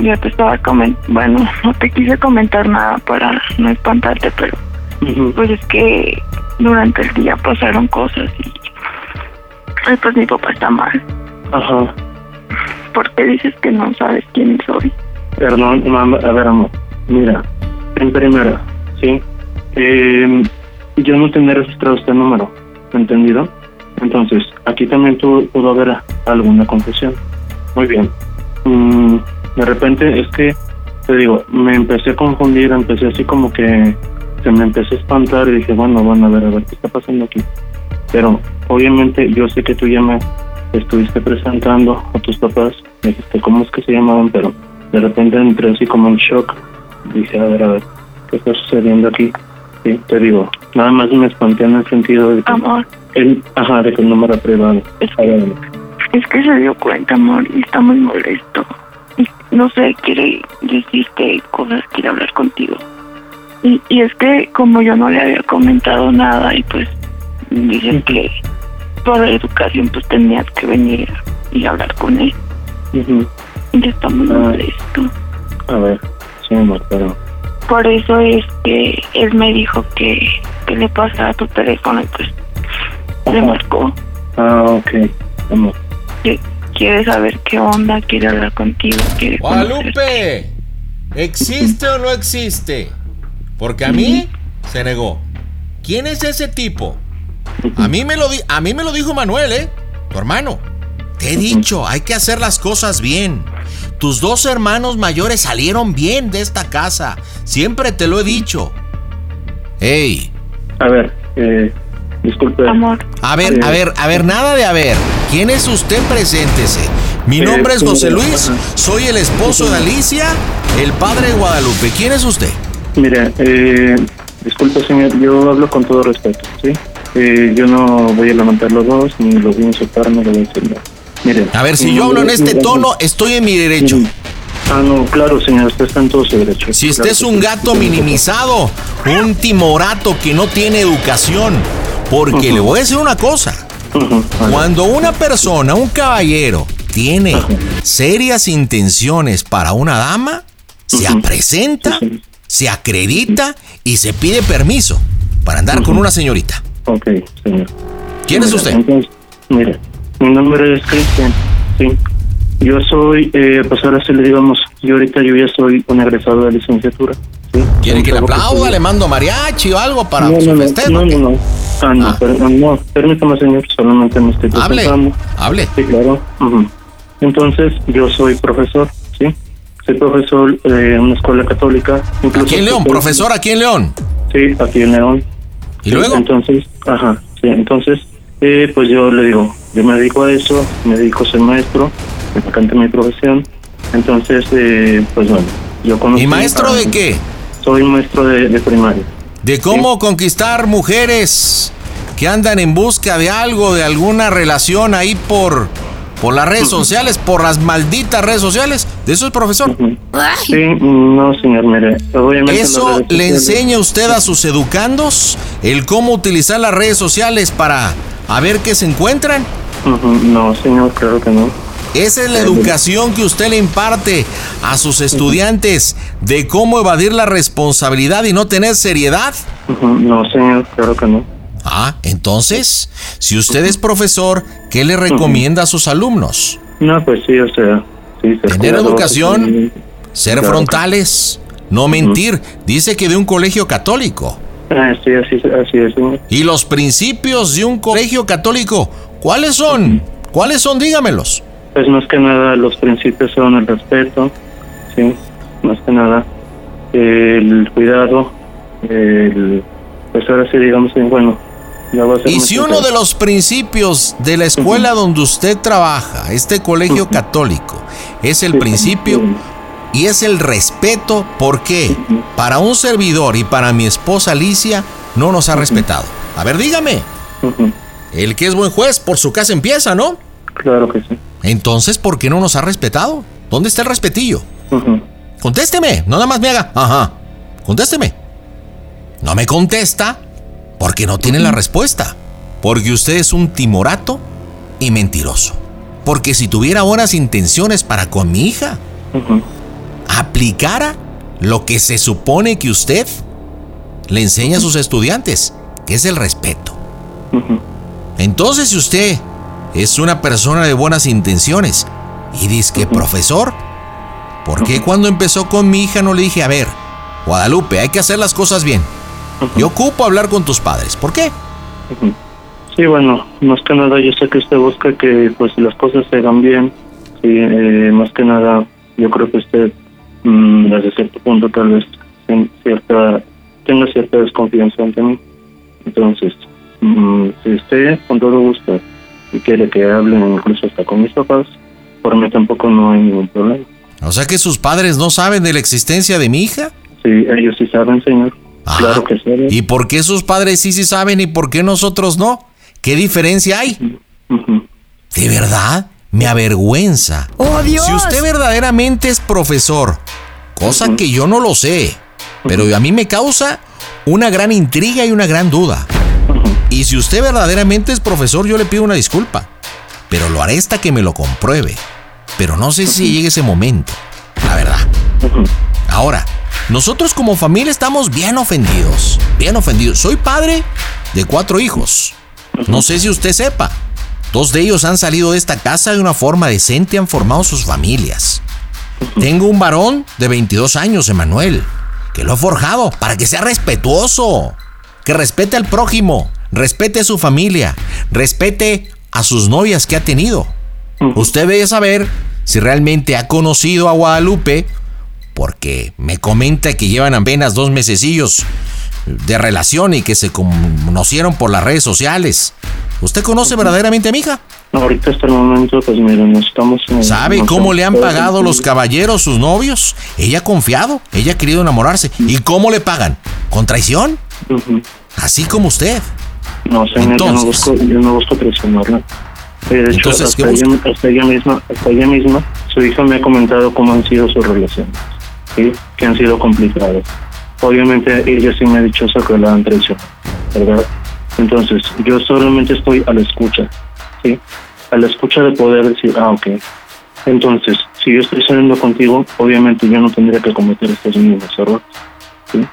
yo te estaba comentando, bueno, no te quise comentar nada para no espantarte, pero pues es que durante el día pasaron cosas y ay, pues mi papá está mal. Ajá. ¿Por qué dices que no sabes quién soy? Perdón, mam- a ver, amor. Mira, en primera, ¿sí? Eh, yo no tenía registrado este número, ¿entendido? Entonces, aquí también tu- pudo haber alguna confusión. Muy bien. Mm, de repente es que, te digo, me empecé a confundir, empecé así como que se me empecé a espantar y dije, bueno, bueno, a ver, a ver, ¿qué está pasando aquí? Pero obviamente yo sé que tú ya me estuviste presentando a tus papás, me dijiste cómo es que se llamaban, pero de repente entré así como en shock. Dije, a ver, a ver, ¿qué está sucediendo aquí? Sí, te digo, nada más me espanté en el sentido de que... Amor, El, ajá, de que el número privado. A ver, es que se dio cuenta, amor, y está muy molesto. Y no sé, quiere decirte cosas, quiere hablar contigo. Y, y es que como yo no le había comentado nada y pues dice que por educación pues tenías que venir y hablar con él. ujú, Y está muy Ah. molesto. a ver, sí, amor, pero... Por eso es que él me dijo que, que le pasara tu teléfono y pues le marcó. Ah, ok, amor. que quiere saber qué onda, quiere hablar contigo, quiere conocer. Guadalupe, ¿existe o no existe? Porque a mí se negó. ¿Quién es ese tipo? A mí me lo, di- a mí me lo dijo Manuel, ¿eh? Tu hermano. Te he dicho, hay que hacer las cosas bien. Tus dos hermanos mayores salieron bien de esta casa. Siempre te lo he dicho. Ey. A ver, eh, disculpe. Amor. A ver, a ver, a ver, nada de a ver. ¿Quién es usted? Preséntese. Mi Eh, nombre es sí, José mira, Luis, ajá. soy el esposo de Alicia, el padre de Guadalupe. ¿Quién es usted? Mire, eh, disculpe señor, yo hablo con todo respeto, ¿sí? Eh, yo no voy a levantar los dos, ni los voy a insultar, ni lo voy a decir nada. Mire, mm, A ver, si yo hablo en este tono, estoy en mi derecho. Ah, no, claro, señor, usted está en todo su derecho. Si usted Claro Este es que un sí. gato minimizado, un timorato que no tiene educación, porque le voy a decir una cosa. Cuando una persona, un caballero, tiene serias intenciones para una dama, se presenta, se acredita y se pide permiso para andar con una señorita. Ok, señor. ¿Quién es Mira, usted? entonces, mire, mi nombre es Cristian, ¿sí? Yo soy, eh, pues ahora sí le digamos, yo ahorita yo ya soy un egresado de licenciatura, ¿sí? ¿Quiere que le Un chavo aplauda? estudia- ¿Le mando mariachi o algo para no, su no, no, festejo? No, no, no. Ah, no, pero- no, permítame, señor, solamente me estoy Hable, presentando. hable. Sí, claro. ujú. Entonces, yo soy profesor, ¿sí? Soy profesor eh, en una escuela católica. incluso- Aquí en León, profesor, aquí en León. Sí, aquí en León. ¿Y luego? Entonces, ajá, sí, entonces, eh, pues yo le digo, yo me dedico a eso, me dedico a ser maestro, me encanta mi profesión. Entonces, eh, pues bueno, yo conozco... ¿Y maestro de qué? Soy maestro de, de primaria. de cómo conquistar mujeres que andan en busca de algo, de alguna relación ahí por, por las redes sociales, por las malditas redes sociales. De eso es profesor. Sí, no, señor, mire, obviamente... las Eso redes le sociales- enseña usted a sus educandos el cómo utilizar las redes sociales para a ver qué se encuentran. Ujú, No, señor, claro que no. Esa es la educación que usted le imparte a sus estudiantes de cómo evadir la responsabilidad y no tener seriedad. Ujú, No, señor, claro que no. Ah, entonces, si usted es profesor, ¿qué le recomienda a sus alumnos? No, pues sí, o sea, sí, ser Tener cuidadoso, educación, sí. ser Claro. frontales, no mentir. Dice que de un colegio católico. Ah, sí, así, así es, señor. ¿Y los principios de un colegio católico? ¿Cuáles son? ¿Cuáles son? Dígamelos. Pues más que nada los principios son el respeto, sí, más que nada el cuidado, el, pues ahora sí digamos, sí, bueno, ya va a ser Y muy si sincero. uno de los principios de la escuela donde usted trabaja, este colegio católico, es el principio y es el respeto, ¿por qué? Para un servidor y para mi esposa Alicia no nos ha respetado. A ver, dígame. El que es buen juez, por su casa empieza, ¿no? Claro que sí. Entonces, ¿por qué no nos ha respetado? ¿Dónde está el respetillo? Ujú. Contésteme, no nada más me haga. Ajá. Contésteme. No me contesta porque no tiene la respuesta. Porque usted es un timorato y mentiroso. Porque si tuviera buenas intenciones para con mi hija, aplicara lo que se supone que usted le enseña a sus estudiantes, que es el respeto. Entonces, si usted es una persona de buenas intenciones y dice que profesor, ¿por qué cuando empezó con mi hija no le dije, a ver, Guadalupe, hay que hacer las cosas bien? Yo ocupo hablar con tus padres. ¿Por qué? Sí, bueno, más que nada yo sé que usted busca que pues las cosas se hagan bien, sí, eh, más que nada yo creo que usted mm, desde cierto punto tal vez ten- cierta, tenga cierta desconfianza ante mí, entonces mm, si usted con todo gusto y quiere que hable incluso hasta con mis papás, por mí tampoco no hay ningún problema. O sea que sus padres no saben de la existencia de mi hija. Ah, Sí, ellos sí saben, señor. Claro que sí. ¿Y por qué sus padres sí sí saben y por qué nosotros no? ¿Qué diferencia hay? De verdad, me avergüenza. ¡Oh, Dios! Si usted verdaderamente es profesor, cosa que yo no lo sé, pero a mí me causa una gran intriga y una gran duda. Y si usted verdaderamente es profesor, yo le pido una disculpa, pero lo haré hasta que me lo compruebe. Pero no sé si llegue ese momento, la verdad. Ahora, nosotros como familia estamos bien ofendidos, bien ofendidos. Soy padre de cuatro hijos. No sé si usted sepa. Dos de ellos han salido de esta casa de una forma decente, han formado sus familias. Tengo un varón de 22 años, Emanuel, que lo ha forjado para que sea respetuoso, que respete al prójimo, respete a su familia, respete a sus novias que ha tenido. Usted debe saber si realmente ha conocido a Guadalupe, porque me comenta que llevan apenas dos mesecillos de relación y que se conocieron por las redes sociales. ¿Usted conoce verdaderamente a mi hija? Ahorita hasta el momento pues mira, no estamos... eh, ¿Sabe no cómo estamos- le han pagado los caballeros, sus novios? Ella ha confiado, ella ha querido enamorarse. ¿Y cómo le pagan? ¿Con traición? Así como usted. No, señor, Entonces. yo no busco, yo no busco traicionarla. Eh, de hecho, Entonces, ¿qué hasta ella, hasta ella misma, hasta ella misma, su hija me ha comentado cómo han sido sus relaciones, ¿sí? que han sido complicadas. Obviamente ella sí me ha dicho eso que la han traicionado, ¿verdad? Entonces, yo solamente estoy a la escucha, ¿sí? A la escucha de poder decir, ah, ok. Entonces, si yo estoy saliendo contigo, obviamente yo no tendría que cometer estos mismos errores, ¿sí?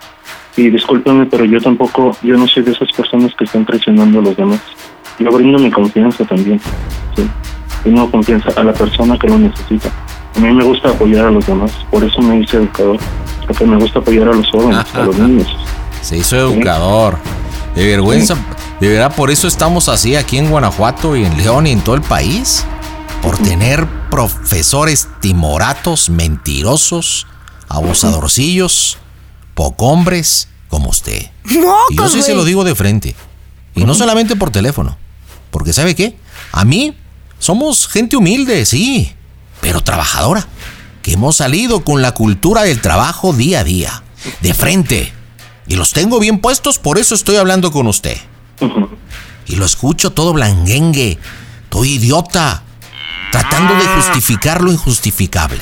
Y discúlpame, pero yo tampoco, yo no soy de esas personas que están traicionando a los demás. Yo brindo mi confianza también. ¿sí? Brindo confianza a la persona que lo necesita. A mí me gusta apoyar a los demás. Por eso me hice educador. Porque me gusta apoyar a los jóvenes, a los niños. Se hizo educador. De vergüenza. De verdad, por eso estamos así aquí en Guanajuato y en León y en todo el país. Por tener profesores timoratos, mentirosos, abusadorcillos, poco hombres como usted. Y yo sí se lo digo de frente. Y no solamente por teléfono. Porque ¿sabe qué? A mí somos gente humilde, sí, pero trabajadora. Que hemos salido con la cultura del trabajo día a día. De frente. Y los tengo bien puestos, por eso estoy hablando con usted. Y lo escucho todo blanguengue, todo idiota, tratando de justificar lo injustificable.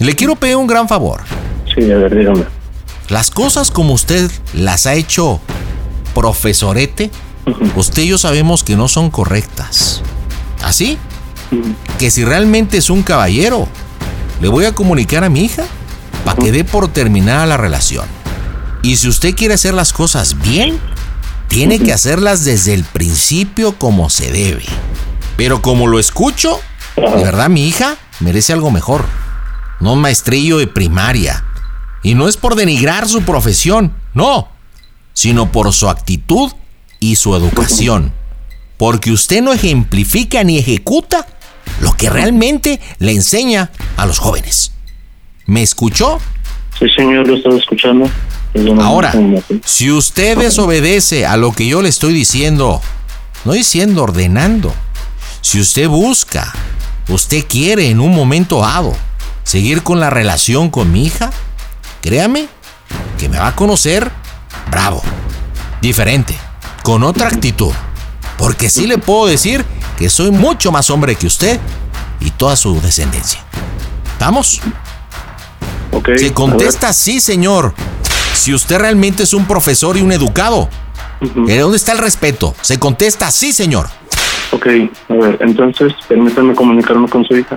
Le quiero pedir un gran favor. Sí, a ver, dígame. Las cosas como usted las ha hecho profesorete, usted y yo sabemos que no son correctas. ¿Así? que si realmente es un caballero, le voy a comunicar a mi hija para que dé por terminada la relación. Y si usted quiere hacer las cosas bien, tiene que hacerlas desde el principio como se debe. Pero como lo escucho, de verdad mi hija merece algo mejor. No un maestrillo de primaria. Y no es por denigrar su profesión, no, sino por su actitud y su educación. Porque usted no ejemplifica ni ejecuta lo que realmente le enseña a los jóvenes. ¿Me escuchó? Sí, señor, lo estaba escuchando. Perdóname, Ahora, señor. si usted desobedece a lo que yo le estoy diciendo, no diciendo ordenando, si usted busca, usted quiere en un momento dado seguir con la relación con mi hija, créame que me va a conocer bravo, diferente, con otra actitud, porque sí le puedo decir que soy mucho más hombre que usted y toda su descendencia. ¿Estamos? Si contesta sí, señor, si usted realmente es un profesor y un educado, ¿eh, ¿dónde está el respeto? Se contesta sí, señor. Ok, a ver, entonces permítanme comunicarme con su hija.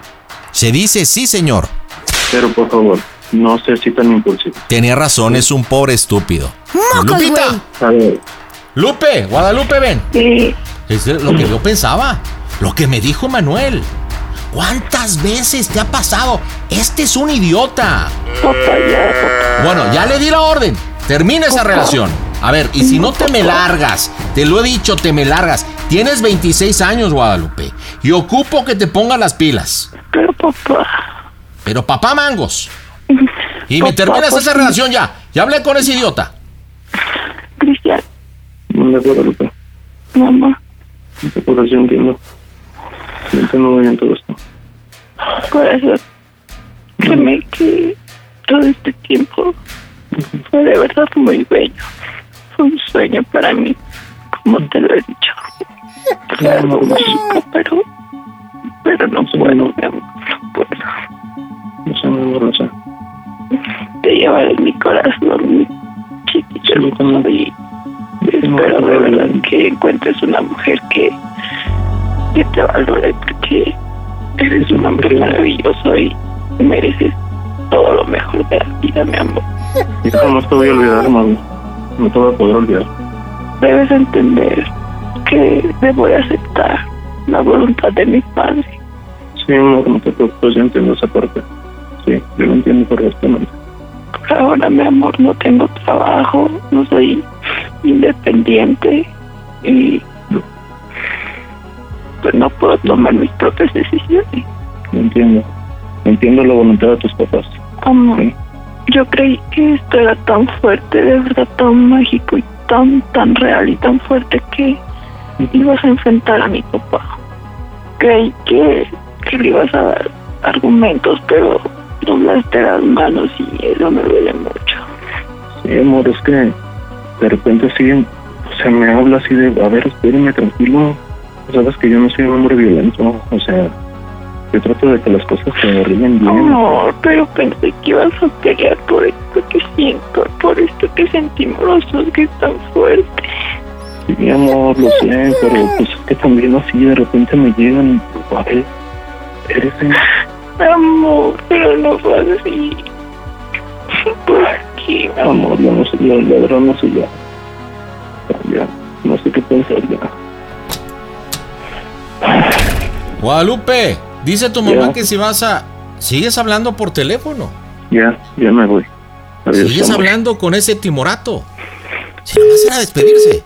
Se dice sí, señor. Pero por favor, no sea así tan impulsivo. Tenía razón, es un pobre estúpido. ¡Lupita! A ver, ¡Lupe! ¡Guadalupe, ven! Es lo que yo pensaba. Lo que me dijo Manuel. ¿Cuántas veces te ha pasado? Este es un idiota. Bueno, ya le di la orden. Termina esa relación. A ver, y si no te me largas, te lo he dicho, te me largas. Tienes 26 años, Guadalupe, y ocupo que te pongas las pilas. Pero papá. Pero papá mangos. Y me Papá, terminas pues, esa sí. relación ya. Ya hablé con ese idiota. Cristian. No me acuerdo, Lupe. Mamá. No te acuerdas, yo entiendo. Yo entiendo muy bien todo esto. corazón. Créeme que todo este tiempo fue de verdad muy bello. Fue un sueño para mí, como te lo he dicho. Fue algo mágico, pero, pero no puedo, mi amor, no puedo. No sé, mi amor, no sé. Te llevaré en mi corazón, mi chiquito hermoso, y espero de verdad que encuentres una mujer que, que te valore, porque eres un hombre maravilloso y mereces todo lo mejor de la vida, mi amor. Y jamás te voy a olvidar, mami. No te voy a poder olvidar. Debes entender que debo de aceptar la voluntad de mis padres. Sí, amor, no te preocupes, yo entiendo esa parte. Sí, yo lo entiendo correctamente. Por ahora, mi amor, no tengo trabajo, no soy independiente y pues no puedo tomar mis propias decisiones. Lo entiendo. Entiendo la voluntad de tus papás. Amor, yo creí que esto era tan fuerte, de verdad tan mágico y tan, tan real y tan fuerte que ibas a enfrentar a mi papá. Creí que, que le ibas a dar argumentos, pero doblaste las manos y eso me duele mucho. Sí, amor, es que de repente así, o sea, me habla así de, a ver, espérame tranquilo. Sabes que yo no soy un hombre violento, o sea, yo trato de que las cosas se arreglen bien. Amor, pero pensé que ibas a pelear por esto que siento, por esto que sentimos los dos que es tan fuerte. Sí, amor, lo sé, pero pues es que también así de repente me llegan, pues, a ver, eres un- Amor, pero no fue así. ¿Por qué, mi amor? amor, yo no sé, yo la verdad no sé ya. Ya, no sé qué pensar ya. Guadalupe, dice tu mamá Ya. que si vas a... Sigues hablando por teléfono. Ya, ya me voy. Adiós, Sigues amor. hablando con ese timorato. Si no vas a ir a despedirse.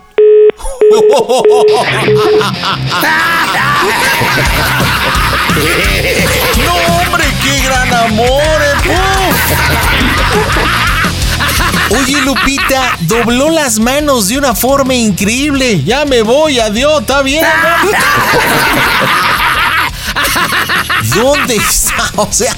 ¡No, hombre! ¡Qué gran amor! eh! ¡Uf! Oye, Lupita, dobló las manos de una forma increíble. Ya me voy, adiós, ¿está bien? amor? ¿Dónde está? O sea,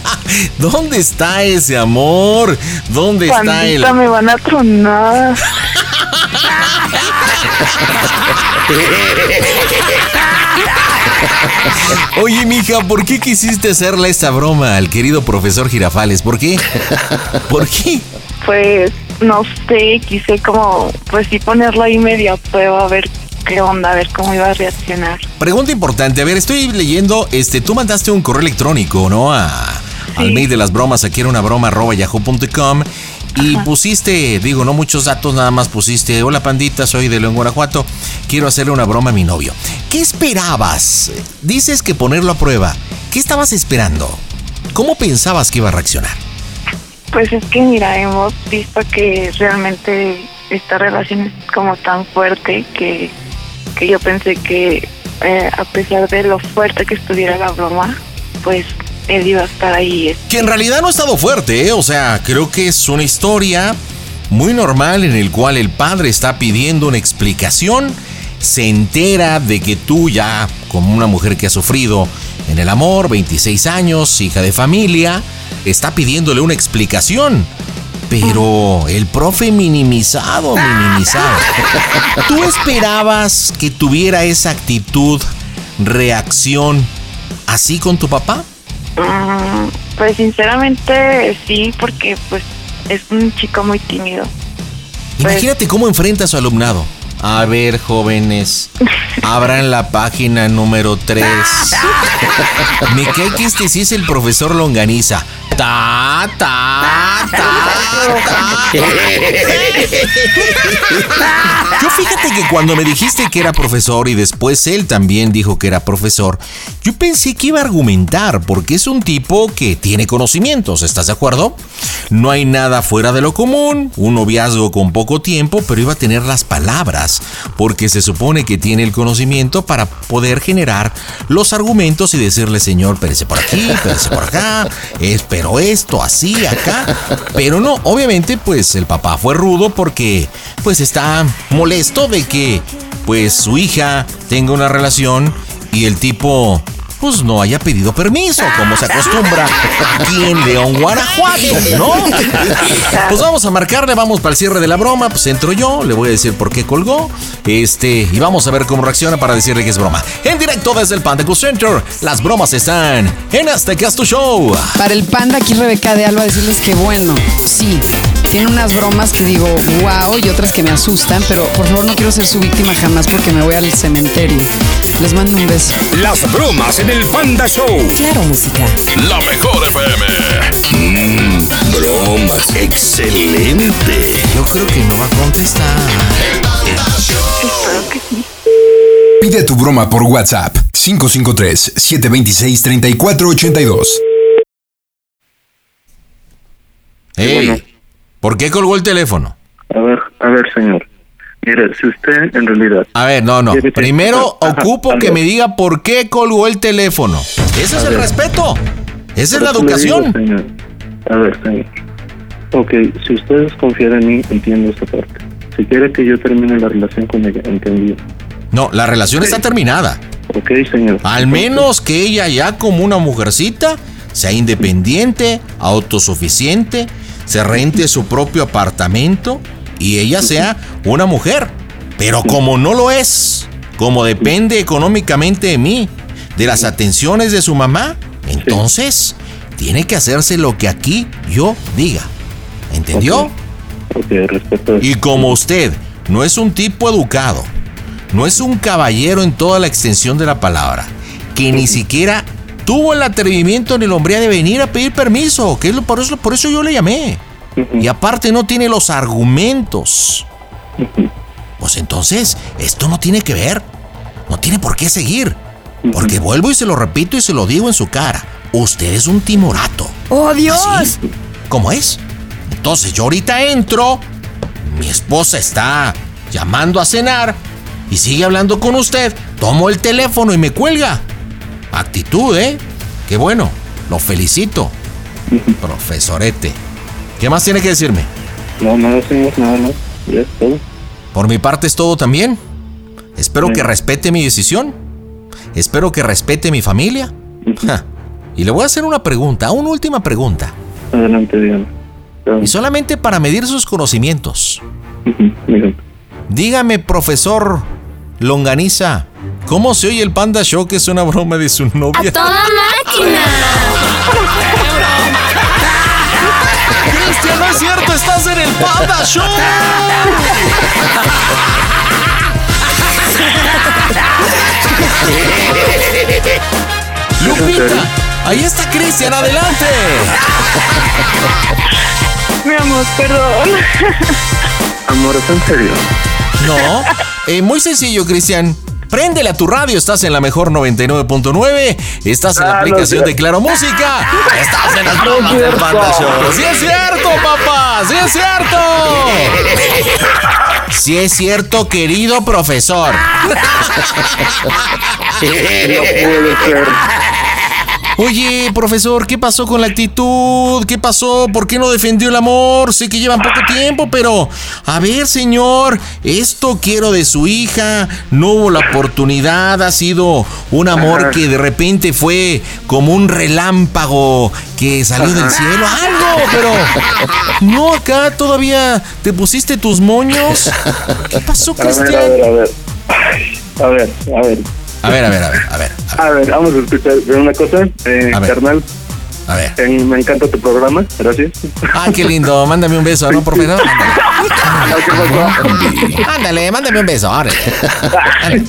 ¿dónde está ese amor? ¿Dónde está él? Pandita, me van a tronar. Oye, mija, ¿por qué quisiste hacerle esta broma al querido profesor Girafales? ¿Por qué? ¿Por qué? Pues no sé, quise como, pues sí ponerlo ahí medio a prueba, a ver qué onda, a ver cómo iba a reaccionar. Pregunta importante. A ver, estoy leyendo, este, tú mandaste un correo electrónico, ¿no? A, Al mail de las bromas, aquí era una broma, arroba yahoo.com. Y pusiste, digo, no muchos datos, nada más pusiste, hola pandita, soy de León, Guanajuato, quiero hacerle una broma a mi novio. ¿Qué esperabas? Dices que ponerlo a prueba. ¿Qué estabas esperando? ¿Cómo pensabas que iba a reaccionar? Pues es que mira, hemos visto que realmente esta relación es como tan fuerte que, que yo pensé que eh, a pesar de lo fuerte que estuviera la broma, pues él iba a estar ahí. este, Que en realidad no ha estado fuerte, ¿eh? o sea, creo que es una historia muy normal en el cual el padre está pidiendo una explicación, se entera de que tú ya, como una mujer que ha sufrido en el amor, 26 años, hija de familia, está pidiéndole una explicación. Pero el profe minimizado, minimizado. ¿Tú esperabas que tuviera esa actitud, reacción, así con tu papá? Mm, pues sinceramente sí, porque pues es un chico muy tímido. Imagínate cómo enfrenta a su alumnado. A ver, jóvenes, abran la página número 3. Me cae que este sí es el profesor Longaniza. Ta, Ah, ta, ta, ta. Yo fíjate que cuando me dijiste que era profesor y después él también dijo que era profesor, yo pensé que iba a argumentar porque es un tipo que tiene conocimientos, ¿estás de acuerdo? No hay nada fuera de lo común, un noviazgo con poco tiempo, pero iba a tener las palabras porque se supone que tiene el conocimiento para poder generar los argumentos y decirle, señor, pérese por aquí, pérese por acá, espero esto, así, acá. Pero no, obviamente, pues el papá fue rudo porque pues está molesto de que pues su hija tenga una relación y el tipo pues no haya pedido permiso, como se acostumbra aquí en León, Guanajuato, ¿no? Pues vamos a marcarle, vamos para el cierre de la broma, pues entro yo, le voy a decir por qué colgó, este, y vamos a ver cómo reacciona para decirle que es broma. En directo desde el Panda Cool Center, las bromas están en Aztecas Tu Show. Para el panda aquí Rebeca de Alba decirles que bueno, sí, tiene unas bromas que digo wow y otras que me asustan, pero por favor no quiero ser su víctima jamás porque me voy al cementerio. Les mando un beso. Las bromas en el Panda Show. Claro, música. La mejor FM. Mm, bromas. Excelente. Yo creo que no va a contestar. Pide tu broma por WhatsApp 553-726-3482. Ey, ¿por qué colgó el teléfono? A ver, a ver, señor. Mire, si usted en realidad. A ver, no, no. Sí, sí, sí. Primero Ajá, ocupo que aló. me diga por qué colgó el teléfono. Ese A es el ver. respeto. Esa es Por eso le la digo, educación. señor. A ver, señor. Ok, si usted desconfía de mí, entiendo esta parte. Si quiere que yo termine la relación con ella, entendido. No, la relación está terminada. Ok, señor. Al menos que ella ya como una mujercita sea independiente, autosuficiente, se rente su propio apartamento y ella sea una mujer. Pero como no lo es, como depende económicamente de mí, de las atenciones de su mamá, entonces tiene que hacerse lo que aquí yo diga. ¿Entendió? Y como usted no es un tipo educado, no es un caballero en toda la extensión de la palabra, que ni siquiera tuvo el atrevimiento ni el hombría de venir a pedir permiso, que es lo- por eso, por eso yo le llamé. Y aparte no tiene los argumentos. Pues entonces, esto no tiene que ver. No tiene por qué seguir. Porque vuelvo y se lo repito y se lo digo en su cara. Usted es un timorato. ¡Oh, Dios! ¿Cómo es? Entonces yo ahorita entro, mi esposa está llamando a cenar y sigue hablando con usted, tomo el teléfono y me cuelga. Actitud, ¿eh? Qué bueno, lo felicito. Profesorete. ¿Qué más tiene que decirme? No, nada, señor, nada más. Ya es todo. Por mi parte es todo también. Espero Sí. que respete mi decisión. Espero que respete mi familia. Ja. Y le voy a hacer una pregunta, una última pregunta. Adelante, dígame. Y solamente para medir sus conocimientos. Dígame. Dígame, profesor Longaniza, ¿cómo se oye el Panda Show que es una broma de su novia? pues. ¡Toda máquina! Cristian, no es cierto, estás en el Panda Show. Pepita. Ahí está Cristian, adelante. Mi amor, perdón. Amor, ¿es en serio? No. Eh, muy sencillo, Cristian. Préndele a tu radio, estás en la mejor 99.9, estás Ah, Ah, en la aplicación de Claro Música, estás en las bromas del Panda Show. ¡Sí es cierto, papá! ¡Sí es cierto! ¡Sí es cierto, querido profesor! Oye, profesor, ¿qué pasó con la actitud? ¿Qué pasó? ¿Por qué no defendió el amor? Sé que llevan poco tiempo, pero a ver, señor, esto quiero de su hija. No hubo la oportunidad, ha sido un amor Ajá. que de repente fue como un relámpago que salió del Ajá. cielo, algo, pero no acá todavía te pusiste tus moños. ¿Qué pasó, A ver, a Cristian? ver, a ver. A ver, a ver. A ver, a ver, a ver, a ver. A ver, vamos a escuchar una cosa, eh, carnal. A ver. me encanta tu programa, gracias. Ah, qué lindo, mándame un beso, ¿no, profe? No, Ándale, Ándale, mándame un beso, órale.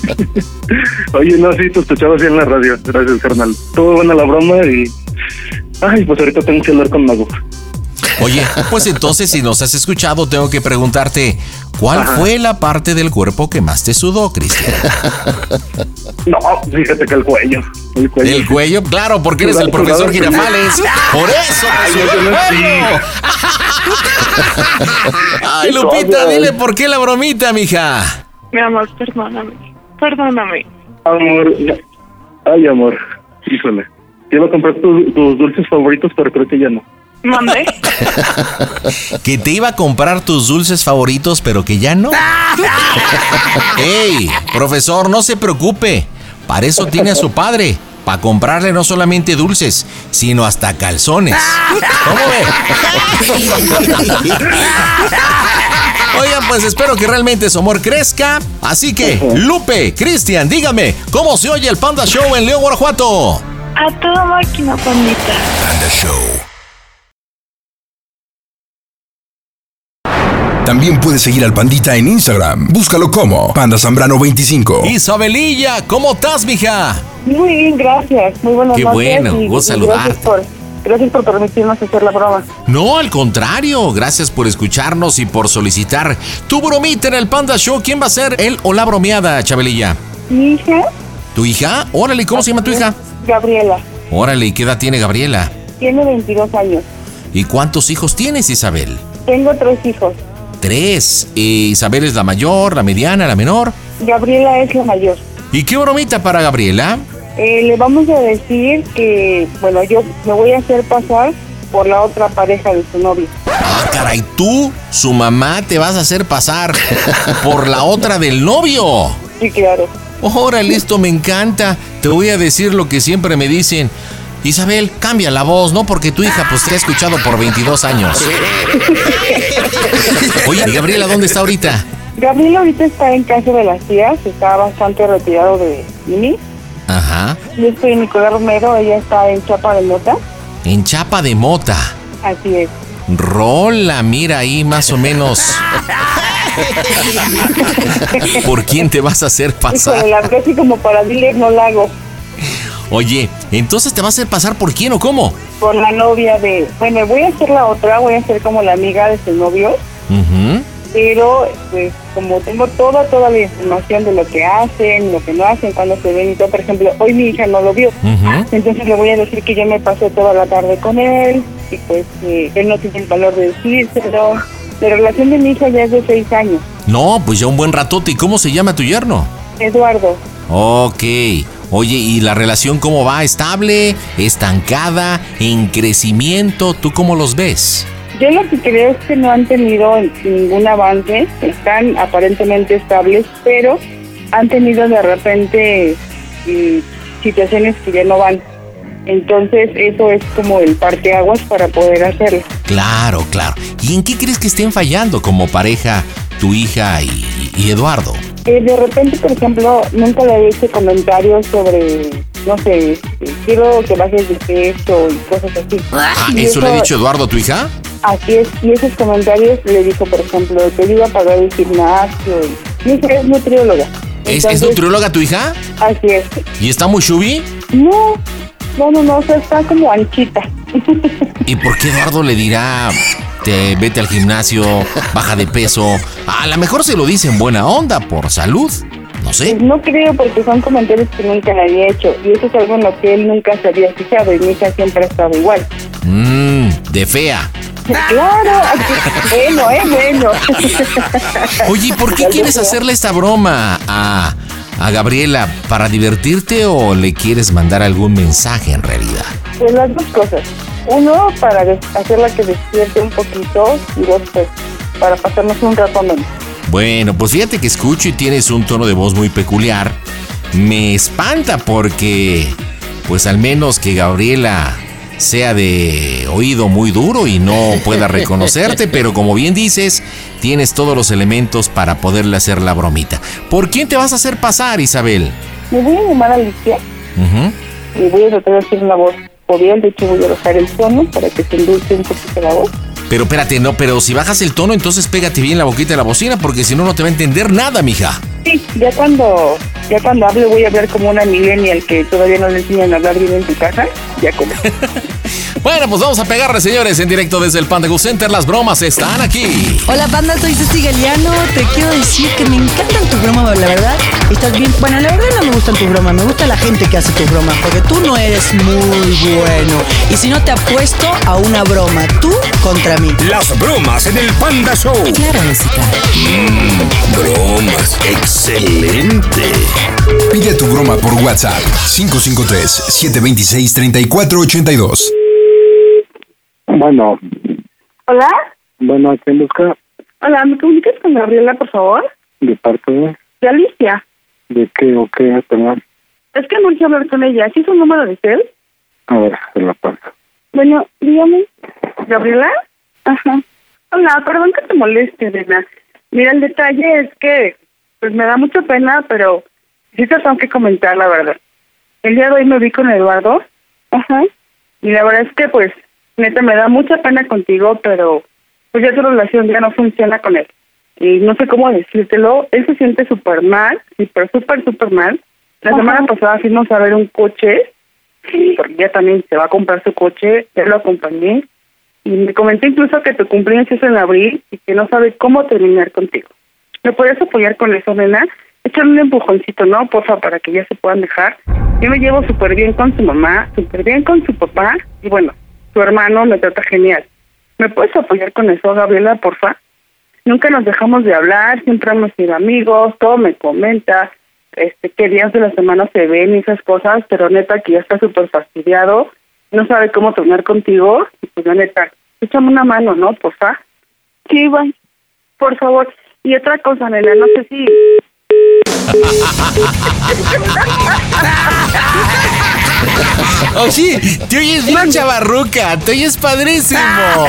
Oye, no, sí, te escuchaba así en la radio. Gracias, carnal. Estuvo buena la broma y. Ay, pues ahorita tengo que hablar con Mago. Oye, pues entonces si nos has escuchado, tengo que preguntarte, ¿cuál Ajá. fue la parte del cuerpo que más te sudó, Cristian? No, fíjate que el cuello. El cuello. El cuello, claro, porque eres el Sudado, profesor sudado, sudado. Girafales. Por eso Ay, te sudó eso el no es cuello. Ay, Qué Lupita, cosa. dile por qué la bromita, mija. Mi amor, perdóname. Perdóname. Amor. ya- Ay, amor. Híjole. Te iba a comprar tus, tus dulces favoritos, pero creo que ya no. Mandé. Que te iba a comprar tus dulces favoritos, pero que ya no. ¡Ey! Profesor, no se preocupe. Para eso tiene a su padre. Para comprarle no solamente dulces, sino hasta calzones. ¿Cómo ve? Oigan, pues espero que realmente su amor crezca. Así que, Lupe, Cristian, dígame, ¿cómo se oye el Panda Show en León, Guanajuato? A toda máquina, pandita. Panda Show. También puedes seguir al Pandita en Instagram. Búscalo como Panda Zambrano 25. Isabelilla, ¿cómo estás, mija? Muy bien, gracias. Muy buenas Qué noches. bueno, y- gusto y saludarte. Gracias por, gracias por permitirnos hacer la broma. No, al contrario. Gracias por escucharnos y por solicitar tu bromita en el Panda Show. ¿Quién va a ser el o la bromeada, Chabelilla? Mi hija, ¿Tu hija? Órale, ¿cómo se llama tu hija? Gabriela, Órale, ¿y qué edad tiene Gabriela? tiene 22 años. ¿Y cuántos hijos tienes, Isabel? Tengo tres hijos. Tres. Eh, Isabel es la mayor, la mediana, la menor. Gabriela es la mayor. ¿Y qué bromita para Gabriela? Eh, le vamos a decir que, bueno, yo me voy a hacer pasar por la otra pareja de su novio. Ah, caray, tú, su mamá, te vas a hacer pasar por la otra del novio. Sí, claro. Órale, esto me encanta. Te voy a decir lo que siempre me dicen. Isabel, cambia la voz, ¿no? Porque tu hija pues te ha escuchado por 22 años. Oye, ¿y Gabriela, ¿dónde está ahorita? Gabriela ahorita está en casa de las tías, está bastante retirado de mí. Ajá. Yo estoy en Nicolás Romero, ella está en Chapa de Mota. En Chapa de Mota. Así es. Rola, mira ahí más o menos. ¿Por quién te vas a hacer Híjole, pasar? la verdad sí como para decirle no la hago. Oye, entonces te vas a hacer pasar por quién o cómo? Por la novia de... Bueno, voy a hacer la otra, voy a ser como la amiga de su novio. Ujú. pero pues como tengo toda toda la información de lo que hacen, lo que no hacen, cuando se ven y todo, por ejemplo, hoy mi hija no lo vio, Ujú. entonces le voy a decir que yo me pasé toda la tarde con él y pues que él no tiene el valor de decírselo. La relación de mi hija ya es de seis años, No, pues ya un buen ratote. ¿Y cómo se llama tu yerno? Eduardo. Ok. Oye, ¿y la relación cómo va? ¿Estable? ¿Estancada? ¿En crecimiento? ¿Tú cómo los ves? Yo lo que creo es que no han tenido ningún avance, están aparentemente estables, pero han tenido de repente mm, situaciones que ya no van. Entonces eso es como el parteaguas para poder hacerlo. Claro, claro. ¿Y en qué crees que estén fallando como pareja tu hija y, y Eduardo? Eh, de repente, por ejemplo, nunca le hice comentarios sobre, no sé, este, quiero que bajes de peso y cosas así. Ah, Y ¿Eso le ha eso- dicho Eduardo a tu hija? Así es, y esos comentarios le dijo, por ejemplo, te iba a pagar el gimnasio. Y mi hija es nutrióloga. ¿Es, es Entonces, nutrióloga tu hija? Así es. ¿Y está muy chubi? No, No, no, no, o sea, está como anchita. ¿Y por qué Eduardo le dirá, te, vete al gimnasio, baja de peso? A lo mejor se lo dice en buena onda, por salud. No sé. Pues no creo porque son comentarios que nunca nadie ha hecho y eso es algo en lo que él nunca se había fijado y mi hija siempre ha estado igual. Mmm, de fea. Ah. Claro, bueno, eh, bueno. Oye, ¿y ¿por qué quieres hacerle esta broma a, a Gabriela? ¿Para divertirte o le quieres mandar algún mensaje en realidad? Pues las dos cosas. Uno, para des- hacerla que despierte un poquito y dos, pues, para pasarnos un rato menos. Bueno, pues fíjate que escucho y tienes un tono de voz muy peculiar. Me espanta porque, pues al menos que Gabriela sea de oído muy duro y no pueda reconocerte, pero como bien dices, tienes todos los elementos para poderle hacer la bromita. ¿Por quién te vas a hacer pasar, Isabel? Me voy a llamar a Alicia Ujú. y voy a tratar de hacer una voz jovial. De hecho, voy a bajar el tono para que se endulce un poquito la voz. Pero espérate, no, pero si bajas el tono, entonces pégate bien la boquita de la bocina, porque si no, no te va a entender nada, mija. Sí, ya cuando ya cuando hable voy a hablar como una millennial que todavía no le enseñan a hablar bien en su casa. Ya como. Bueno, pues vamos a pegarle, señores, en directo desde el Panda Go Center. Las bromas están aquí. Hola banda, soy Ceci Galeano. Te quiero decir que me encantan tus bromas, la verdad. Estás bien. Bueno, la verdad no me gustan tus bromas, me gusta la gente que hace tus bromas, porque tú no eres muy bueno. Y si no te apuesto a una broma, tú contra mí. Las bromas en el Panda Show. Claro, música. bromas, excelente. Pide tu broma por WhatsApp 553-726-3482. Bueno, Hola, bueno, ¿a quién busca? hola, ¿me comunicas con Gabriela, por favor? ¿De parte de, De Alicia. de qué o qué? Perdón. Es que no urge hablar con ella. ¿Sí es un número de cel? A ver, se la paso. Bueno, dígame. ¿Gabriela? Ajá. Hola, perdón que te moleste, nena. Mira, el detalle es que, pues me da mucha pena, pero sí te tengo que comentar, la verdad. El día de hoy me vi con Eduardo. Ajá. Y la verdad es que, pues, neta, me da mucha pena contigo, pero pues ya tu relación ya no funciona con él. Y no sé cómo decírtelo. Él se siente súper mal, sí, pero súper, súper mal. La Ajá. semana pasada fuimos a ver un coche porque ella también se va a comprar su coche, ya lo acompañé y me comentó incluso que tu cumpleaños es en abril y que no sabe cómo terminar contigo. ¿Me puedes apoyar con eso, nena? Échale un empujoncito, ¿no? Porfa, para que ya se puedan dejar. Yo me llevo súper bien con su mamá, súper bien con su papá y bueno, su hermano me trata genial. ¿Me puedes apoyar con eso, Gabriela, porfa? Nunca nos dejamos de hablar, siempre hemos sido amigos, todo me comenta, este, qué días de la semana se ven y esas cosas, pero neta que ya está súper fastidiado, no sabe cómo tornar contigo, y pues la neta, échame una mano, ¿no? Porfa. Sí, güey. Por favor. Y otra cosa, nena, no sé si... Oye, te oyes bien chavarruca, te oyes padrísimo.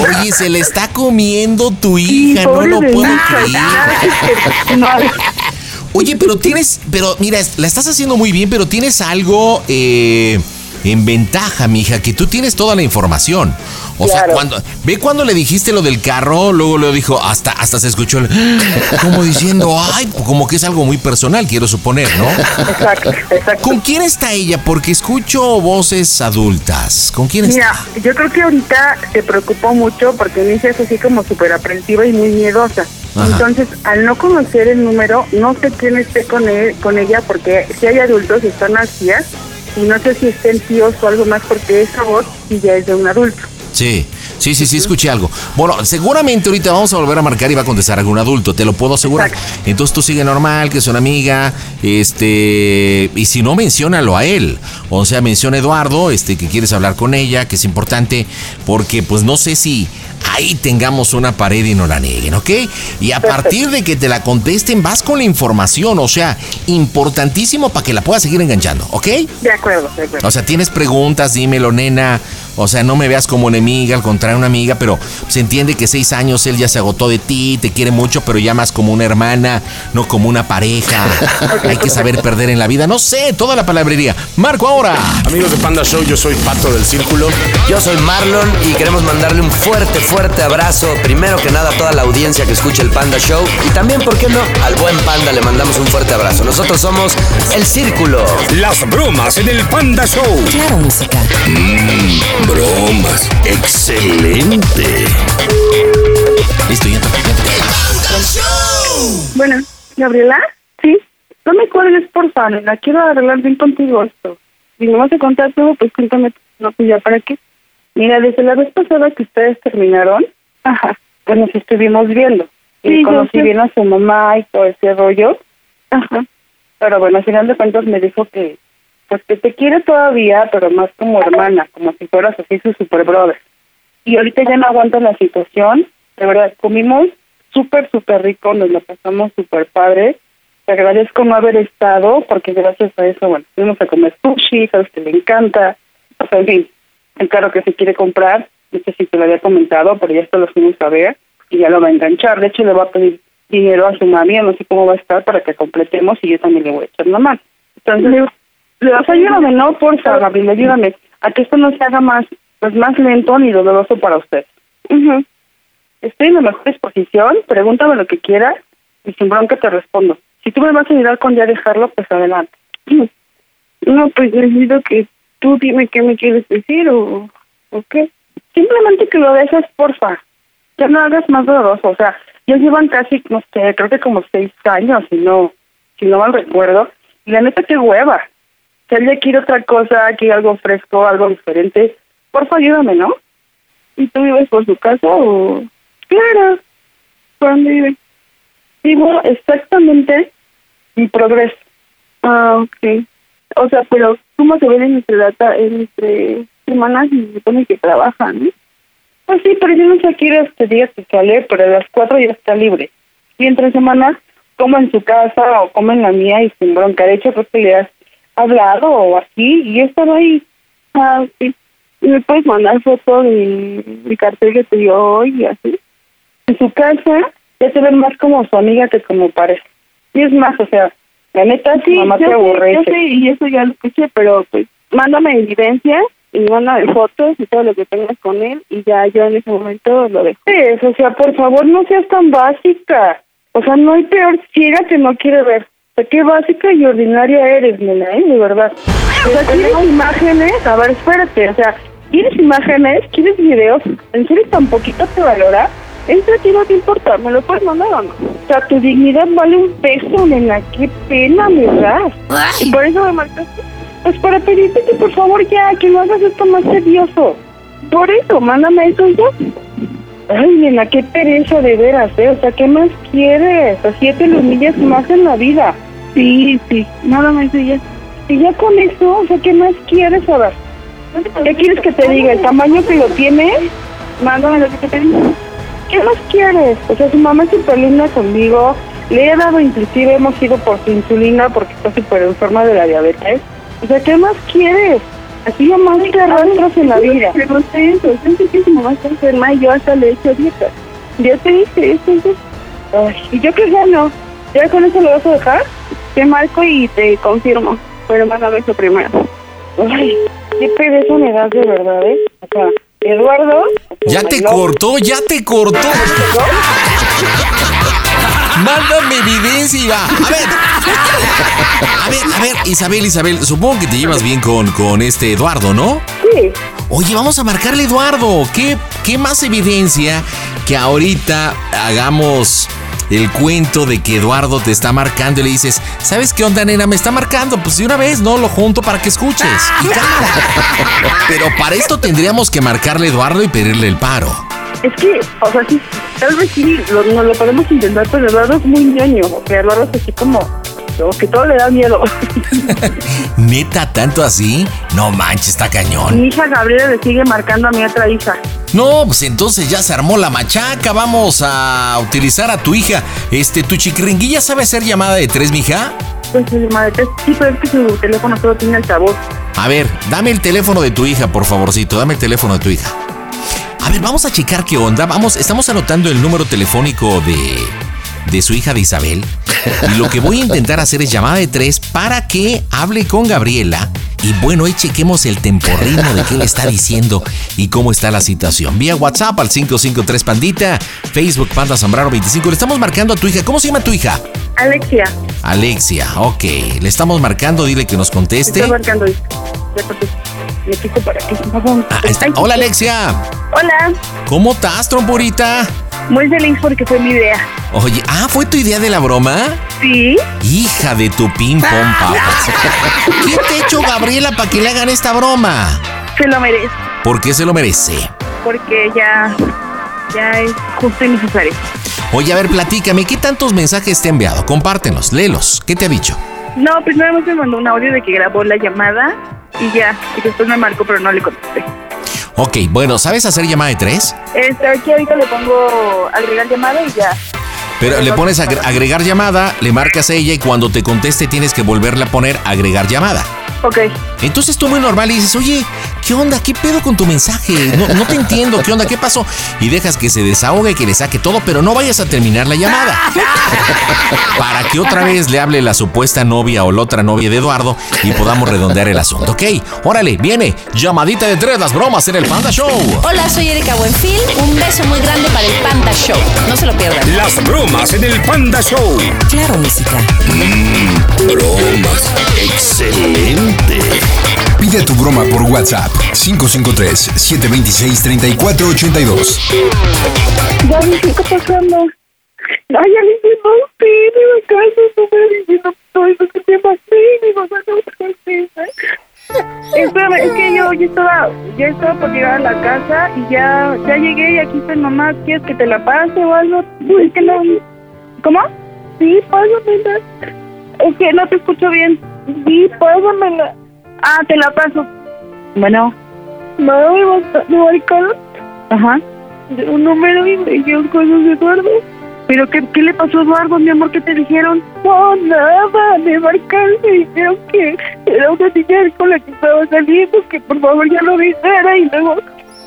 Oye, se le está comiendo tu hija, no pobre lo de puedo mí. creer. Oye, pero tienes, pero mira, es- la estás haciendo muy bien, pero tienes algo eh, en ventaja, mija, que tú tienes toda la información. O sea, cuando ve cuando le dijiste lo del carro, luego le dijo, hasta hasta se escuchó el, como diciendo, ay, como que es algo muy personal, quiero suponer, ¿no? Exacto, exacto. ¿Con quién está ella? Porque escucho voces adultas. ¿Con quién está? Mira, yo creo que ahorita se preocupó mucho porque mi hija es así como súper aprensiva y muy miedosa. Ajá. Entonces, al no conocer el número, no sé quién esté con él, con ella porque si hay adultos están las tías y no sé si estén tíos o algo más porque esa voz sí ya es de un adulto. Sí, sí, sí, sí, escuché algo. Bueno, seguramente ahorita vamos a volver a marcar y va a contestar algún adulto, te lo puedo asegurar. Entonces tú sigue normal, que es una amiga, este, y si no, menciónalo a él. O sea, menciona a Eduardo, este, que quieres hablar con ella, que es importante, porque pues no sé si ahí tengamos una pared y no la nieguen, ¿ok? Y a partir de que te la contesten, vas con la información, o sea, importantísimo para que la puedas seguir enganchando, ¿ok? De acuerdo, de acuerdo. O sea, tienes preguntas, dímelo, nena. O sea, no me veas como enemiga, al contrario, una amiga, pero se entiende que seis años él ya se agotó de ti, te quiere mucho, pero ya más como una hermana, no como una pareja. Hay que saber perder en la vida, no sé, toda la palabrería. Marco ahora. Amigos de Panda Show, yo soy Pato del Círculo. Yo soy Marlon y queremos mandarle un fuerte, fuerte abrazo. Primero que nada a toda la audiencia que escucha el Panda Show. Y también, ¿por qué no? Al buen Panda le mandamos un fuerte abrazo. Nosotros somos El Círculo. Las bromas en el Panda Show. Claro, música. Mm, bromas. Excelente. Listo, ya Bueno, Gabriela, sí, no me cuelgues, porfa, la quiero arreglar bien contigo esto. Si me vas a contar todo, pues cuéntame lo tuya, ¿para qué? Mira, desde la vez pasada que ustedes terminaron, ajá, pues nos estuvimos viendo. Y Sí, yo conocí sé. bien a su mamá y todo ese rollo. Ajá. Pero bueno, al final de cuentas me dijo que, pues que te quiere todavía, pero más como hermana, como si fueras así su super brother. Y ahorita ya no aguanto la situación. De verdad, comimos súper, súper rico, nos la pasamos súper padre. Te agradezco no haber estado, porque gracias a eso, bueno, fuimos a comer sushi, sabes que le encanta. O sea, en fin, el carro que se quiere comprar, no sé si te lo había comentado, pero ya esto lo fuimos a ver y ya lo va a enganchar. De hecho, le va a pedir dinero a su mami, no sé cómo va a estar, para que completemos y yo también le voy a echar la mano. Entonces, le vas ayúdame, no, porfa, Gabriel, ayúdame. A que esto no se haga más, pues más lento ni doloroso para usted. Ujú. Estoy en la mejor disposición, pregúntame lo que quieras y sin bronca te respondo. Si tú me vas a ayudar con ya dejarlo, pues adelante. No, pues necesito que tú dime qué me quieres decir o, o qué. Simplemente que lo dejes, porfa. Ya no hagas más doloroso. O sea, ya llevan casi, no sé, creo que como seis años, si no, si no mal recuerdo. Y la neta, qué hueva. Si alguien quiere otra cosa, quiere algo fresco, algo diferente, porfa, ayúdame, ¿no? ¿Y tú vives por su casa o...? Claro. ¿Por dónde vive? Vivo exactamente mi progreso. Ah, ok. O sea, pero ¿cómo se ven entre, data, entre semanas y se supone que trabajan? ¿eh? Pues sí, pero yo no sé qué horas te diga que sale, pero a las cuatro ya está libre. Y entre semanas como en su casa o como en la mía y sin bronca. De hecho, creo que le has hablado o así y he estado ahí. Ah, sí. ¿Y me puedes mandar foto de mi cartel que te dio hoy y así? En su casa ya te ven más como su amiga que como pareja. Y es más, o sea, la neta, tu Sí, mamá yo te sé, aborrece. yo sé, y eso ya lo escuché, pero pues mándame evidencias y mándame fotos y todo lo que tengas con él y ya yo en ese momento lo dejo. Es, o sea, por favor, no seas tan básica. O sea, no hay peor ciega que no quiere ver. O sea, qué básica y ordinaria eres, nena, ¿eh? De verdad. O sea, ¿quieres pues, imágenes? A ver, espérate. O sea, ¿quieres imágenes? ¿Quieres videos? ¿En serio tan poquito te valora? Eso a ti no te importa. ¿Me lo puedes mandar o no? O sea, tu dignidad vale un peso, nena. Qué pena me das. ¿Y por eso me marcaste? Pues para pedirte que por favor ya, que no hagas esto más tedioso. Por eso, mándame eso y ya. Ay, nena, qué pereza de veras, ¿eh? O sea, ¿qué más quieres? Así te lo humillas más en la vida. Sí, sí, mándame eso y ya. Y ya con eso, o sea, ¿qué más quieres, ahora? ¿Qué quieres que te diga? ¿El tamaño que lo tienes? Mándame lo que te digo. ¿Qué más quieres? O sea, su mamá es súper linda conmigo. Le he dado, inclusive hemos ido por su insulina porque está súper enferma de la diabetes. O sea, ¿qué más quieres? Así nomás te arrastras en la vida. Pero no sé eso, yo sé que su mamá está enferma y yo hasta le he hecho dieta. Ya te dije, entonces. Ay, y yo que ya no. ¿Ya con eso lo vas a dejar? Te marco y te confirmo, pero mándame eso primero. Ay, qué pereza me das de verdad, ¿eh? O sea, Eduardo. Ya te cortó, ya te cortó. Mándame evidencia y va. A ver. A ver, a ver, Isabel, Isabel, supongo que te llevas bien con, con este Eduardo, ¿no? Sí. Oye, vamos a marcarle a Eduardo. ¿Qué, ¿Qué más evidencia que ahorita hagamos el cuento de que Eduardo te está marcando y le dices, ¿sabes qué onda, nena? Me está marcando. Pues de una vez, ¿no? Lo junto para que escuches. Y cámara. Pero para esto tendríamos que marcarle a Eduardo y pedirle el paro. Es que, o sea, sí, tal vez sí, lo, nos lo podemos intentar, pero Eduardo es muy ñoño, o sea, Eduardo es así como, como que todo le da miedo. Neta, tanto así. No manches, está cañón. Mi hija Gabriela le sigue marcando a mi otra hija. No, pues entonces ya se armó la machaca. Vamos a utilizar a tu hija. Este, tu chiquiringuilla sabe hacer llamada de tres, mija. Pues mi maleta, sí, pero es que su teléfono solo tiene altavoz. A ver, dame el teléfono de tu hija, por favorcito. Dame el teléfono de tu hija. A ver, vamos a checar qué onda. Vamos, estamos anotando el número telefónico de, de su hija de Isabel. Y lo que voy a intentar hacer es llamada de tres para que hable con Gabriela. Y bueno, ahí chequemos el temporrino de qué le está diciendo y cómo está la situación. Vía WhatsApp al 553 Pandita, Facebook Panda Zambrano 25. Le estamos marcando a tu hija. ¿Cómo se llama tu hija? Alexia, Alexia, ok. Le estamos marcando, dile que nos conteste. estoy marcando. Ya porque me quito para ti. Ah, Ahí está. Hola Alexia, Hola, ¿cómo estás, tromporita? muy feliz porque fue mi idea. Oye, ah, ¿fue tu idea de la broma? Sí. Hija de tu ping pong, papas. ¿Qué te hecho, Gabriela, para que le hagan esta broma? Se lo merece ¿Por qué se lo merece? porque ya, ya es justo y necesario. Oye, a ver, platícame, ¿qué tantos mensajes te ha enviado? Compártenos, léelos. ¿Qué te ha dicho? No, pues nada más me mandó un audio de que grabó la llamada y ya, y después me marcó, pero no le contesté. Ok, bueno, ¿sabes hacer llamada de tres? Este, aquí ahorita le pongo agregar llamada y ya. Pero le pones agre- agregar llamada, le marcas a ella y cuando te conteste tienes que volverle a poner agregar llamada. Ok. Entonces tú muy normal y dices, oye, ¿qué onda? ¿Qué pedo con tu mensaje? No, no te entiendo, ¿qué onda? ¿Qué pasó? Y dejas que se desahogue, que le saque todo, pero no vayas a terminar la llamada. Para que otra vez le hable la supuesta novia o la otra novia de Eduardo y podamos redondear el asunto, ¿ok? Órale, viene, llamadita de tres, las bromas en el Panda Show. Hola, soy Erika Buenfil. Un beso muy grande para el Panda Show. No se lo pierdan. Las bromas en el Panda Show. Claro, música. bromas. Excelente. Pide tu broma por WhatsApp 553-726-3482. Ya vi qué está pasando. No, ya le dije, no sé, me acaso, no me diciendo todo eso que te pasé, mi mamá no me contesta. Espérame, es que yo ya estaba, ya estaba por llegar a la casa y ya, ya llegué y aquí está mamá, ¿quieres que te la pase o algo? Es que no, ¿cómo? Sí, pásamela. Es que no te escucho bien. Sí, pásamela. Ah, te la paso. Bueno. No, me va- me va a Carlos. Ajá. Un número y me dijeron cosas de Eduardo. ¿Pero qué, qué le pasó a Eduardo, mi amor? ¿Qué te dijeron? No, nada, me marcaron y me dijeron que era una niña con la que estaba saliendo, que por favor ya lo dijera y luego...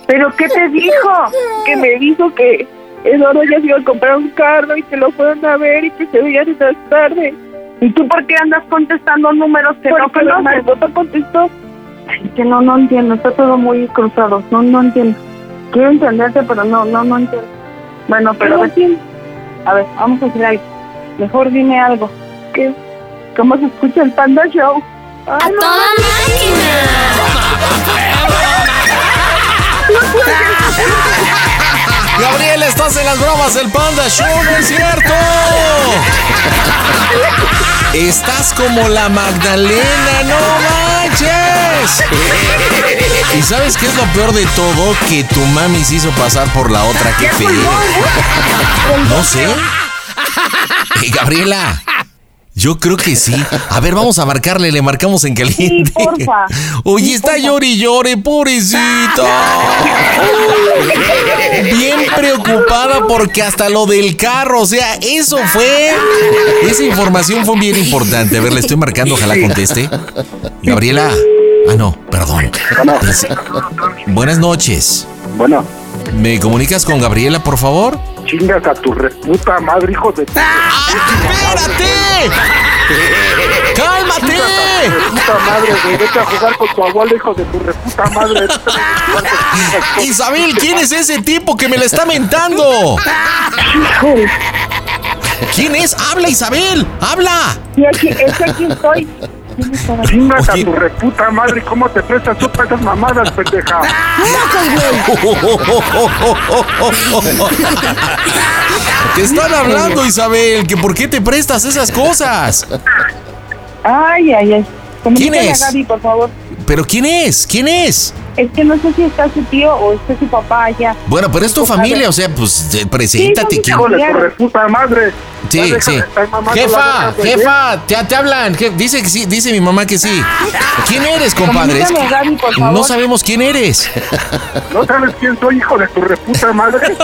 ¿Pero qué te dijo? Que me dijo que Eduardo ya se iba a comprar un carro y que lo fueron a ver y que se veían en las tardes. ¿Y tú por qué andas contestando números que no conoces? ¿No te contestó? que no, no entiendo, está todo muy cruzado, no, no entiendo. Quiero entenderte, pero no, no, no entiendo. Bueno, pero... a ver, A ver, vamos a hacer algo. Mejor dime algo. ¿Qué? ¿Cómo se escucha el Panda Show? ¡A toda Gabriela, estás en las bromas del Panda Show, ¿no es cierto? Estás como la Magdalena, no manches. ¿Y sabes qué es lo peor de todo? Que tu mami se hizo pasar por la otra, qué feo. No sé. Eh, Gabriela, yo creo que sí. A ver, vamos a marcarle, le marcamos en caliente. porfa. Oye, está llore y llore, pobrecita. Bien preocupada porque hasta lo del carro, o sea, eso fue. Esa información fue bien importante. A ver, le estoy marcando, ojalá conteste. Gabriela. Ah, no, perdón. Pensé- Buenas noches. Bueno. ¿Me comunicas con Gabriela, por favor? Chingas a tu reputa madre, hijo de... ¡Espérate! ¡Cálmate! Puta madre, güey, vete a jugar con tu abuelo, hijo de tu reputa madre. Isabel, ¿quién es ese tipo que me la está mentando? ¿Quién es? ¡Habla, Isabel! ¡Habla! Y aquí, es que aquí estoy. Chingas a tu reputa madre, ¿cómo te prestas tú para esas mamadas, pendeja? Te están hablando, Isabel, que por qué te prestas esas cosas. Ay, ay, ay. Comunícale ¿Quién es? a Gaby, por favor. Pero ¿quién es? ¿Quién es? Es que no sé si está su tío o está su papá allá. Bueno, pero es tu familia, o sea, pues te- preséntate. Sí, ¿quién? hijo de tu reputa madre. Sí, sí. Jefa, jefa, te, te hablan. Je- dice que sí, dice mi mamá que sí. ¿Quién eres, compadre? Es que Comunícame a Gaby, por favor. no sabemos quién eres. ¿No sabes quién soy, hijo de tu reputa madre?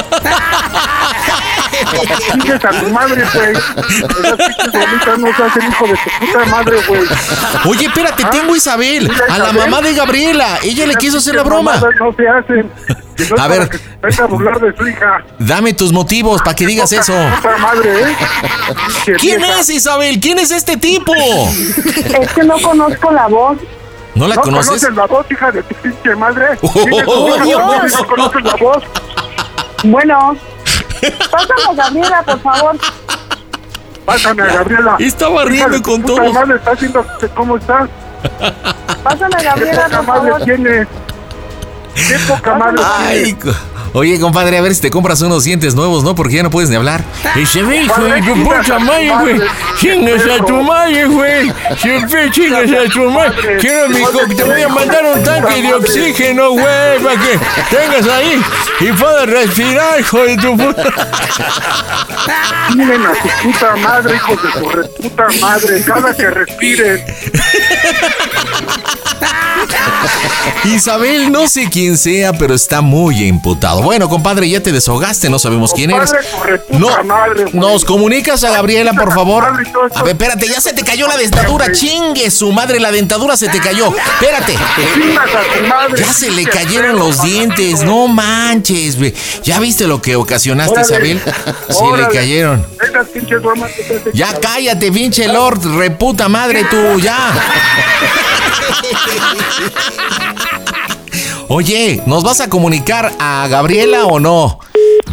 Sigues a tu madre, güey. Esas pinches bolitas no se hacen hijo de tu puta madre, güey. Ah, Oye, espérate, tengo a Isabel, Mira, a la Isabel. mamá de Gabriela. Ella le Esas quiso hacer la pinches broma. mamadas No se hacen. Que no es A para ver. que se venga a burlar de su hija. Dame tus motivos para que digas eso. Puta madre, ¿eh? Qué ¿Quién vieja. es Isabel? ¿Quién es este tipo? Es que no conozco la voz. ¿No la ¿No conoces? conoces la voz, hija de tu pinche madre? Oh, Dime tú, oh, hija, oh, ¿no oh. conoces la voz? Bueno, pásame Gabriela, por favor. Pásame a Gabriela. Estaba riendo Hija de con tu puta todo. madre, está haciendo cómo está. Pásame a ¿Qué Gabriela, poca por madre favor. tiene? ¿Qué poca madre Ay, tiene? co- oye, compadre, a ver si te compras unos dientes nuevos, ¿no? Porque ya no puedes ni hablar. Isabel, hijo de tu puta Ah. madre, güey. Chingas a tu madre, güey. Siempre chingas a tu madre. Quiero mi co- Te voy a mandar un tanque de oxígeno, güey, para que tengas ahí y puedas respirar, hijo de tu puta. Miren a su puta madre, hijos de su re- puta madre, cada que respiren. Isabel, no sé quién sea, pero está muy imputado. Bueno, compadre, ya te deshogaste, no sabemos quién eres. No, nos comunicas a Gabriela, por favor. A ver, espérate, ya se te cayó la dentadura, chingue su madre, la dentadura se te cayó. Espérate. Ya se le cayeron los dientes, no manches, güey. ¿Ya viste lo que ocasionaste, Órale. Isabel? Sí, le Órale. cayeron. Esas pinches bromas que te hacen. Ya cállate, pinche Lord, reputa madre tú, ya. Oye, ¿nos vas a comunicar a Gabriela o no?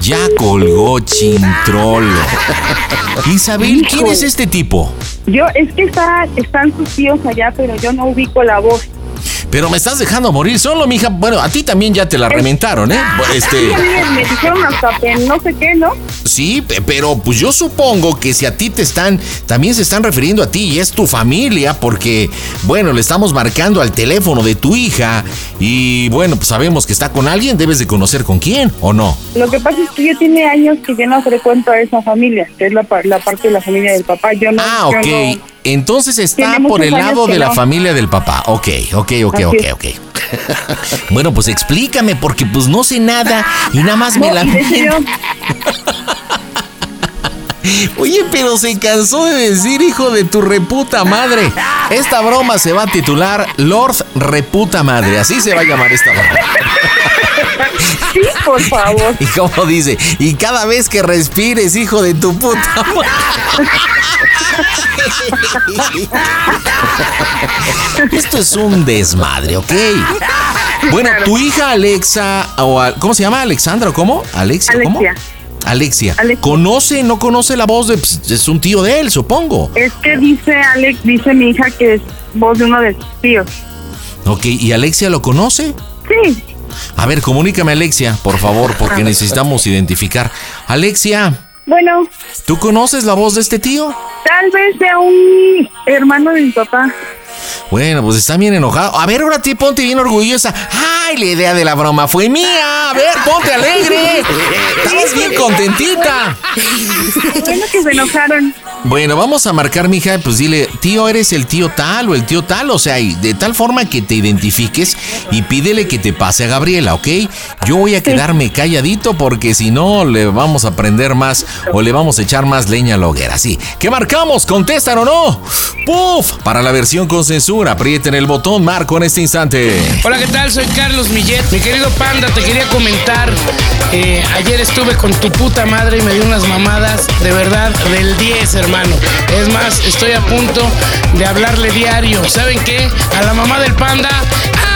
Ya colgó Chintrolo. Isabel, ¿quién Híjole. es este tipo? Yo, es que está, están sus tíos allá, pero yo no ubico la voz. Pero me estás dejando morir solo, mija. Bueno, a ti también ya te la reventaron, ¿eh? Sí, a mí Este, me- me dijeron hasta que no sé qué, ¿no? sí, pe- pero pues yo supongo que si a ti te están, también se están refiriendo a ti y es tu familia, porque, bueno, le estamos marcando al teléfono de tu hija y, bueno, pues sabemos que está con alguien, debes de conocer con quién, ¿o no? Lo que pasa es que yo tiene años que yo no frecuento a esa familia, que es la, par- la parte de la familia del papá. Yo no. Ah, yo ok. Entonces está Tiene muchos por el años lado que de la no. familia del papá. Ok, ok, ok, Así ok, es. ok. Bueno, pues explícame, porque pues no sé nada y nada más no- me no, la... y decidió- Oye, pero se cansó de decir hijo de tu reputa madre. Esta broma se va a titular Lord Reputa Madre. Así se va a llamar esta broma. Sí, por favor. Y como dice, y cada vez que respires, hijo de tu puta madre. Esto es un desmadre, ¿ok? Bueno, tu hija Alexa, o a- ¿cómo se llama? ¿Alexandra o cómo? ¿Alexia? ¿Cómo? Alexia. Alexia. Alexia. ¿Conoce, no conoce la voz de... pues, es un tío de él, supongo. Es que dice Alex, dice mi hija que es voz de uno de sus tíos. Ok, ¿y Alexia lo conoce? Sí. A ver, comunícame Alexia, por favor, porque necesitamos identificar. Alexia, Bueno, ¿tú conoces la voz de este tío? tal vez sea un hermano de mi papá. Bueno, pues está bien enojado. A ver, ahora ti ponte bien orgullosa. ¡Ay, la idea de la broma fue mía! A ver, ponte alegre. Estás bien contentita. Bueno, que se enojaron. Bueno, vamos a marcar, mija, pues dile, tío, eres el tío tal o el tío tal, o sea, y de tal forma que te identifiques y pídele que te pase a Gabriela, ¿ok? Yo voy a quedarme calladito porque si no le vamos a prender más o le vamos a echar más leña a la hoguera, sí. ¿Qué marcamos? ¿Contestan o no? ¡Puf! Para la versión con censura, aprieten el botón, marco en este instante. Hola, ¿qué tal? Soy Carlos Millet. Mi querido Panda, te quería comentar. eh, ayer estuve con tu puta madre y me dio unas mamadas de verdad del 10, hermano. Es más, estoy a punto de hablarle diario. ¿Saben qué? A la mamá del Panda,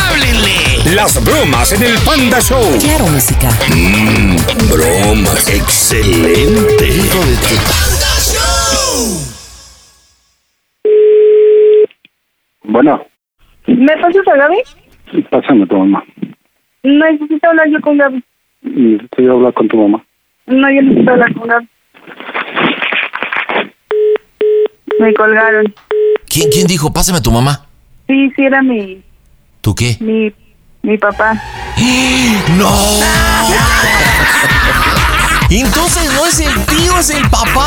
háblenle. Las bromas en el Panda Show. Claro, música. Mmm, bromas. Excelente. Bueno, ¿Me pasas a Gaby? pásame a tu mamá. Necesito hablar yo con Gaby. Estoy a hablar con tu mamá. No, yo necesito hablar con Gaby. Me colgaron. ¿Quién, quién dijo, pásame a tu mamá? Sí, sí, era mi, ¿Tú qué? mi, mi papá. ¡No! Entonces no es el tío, es el papá.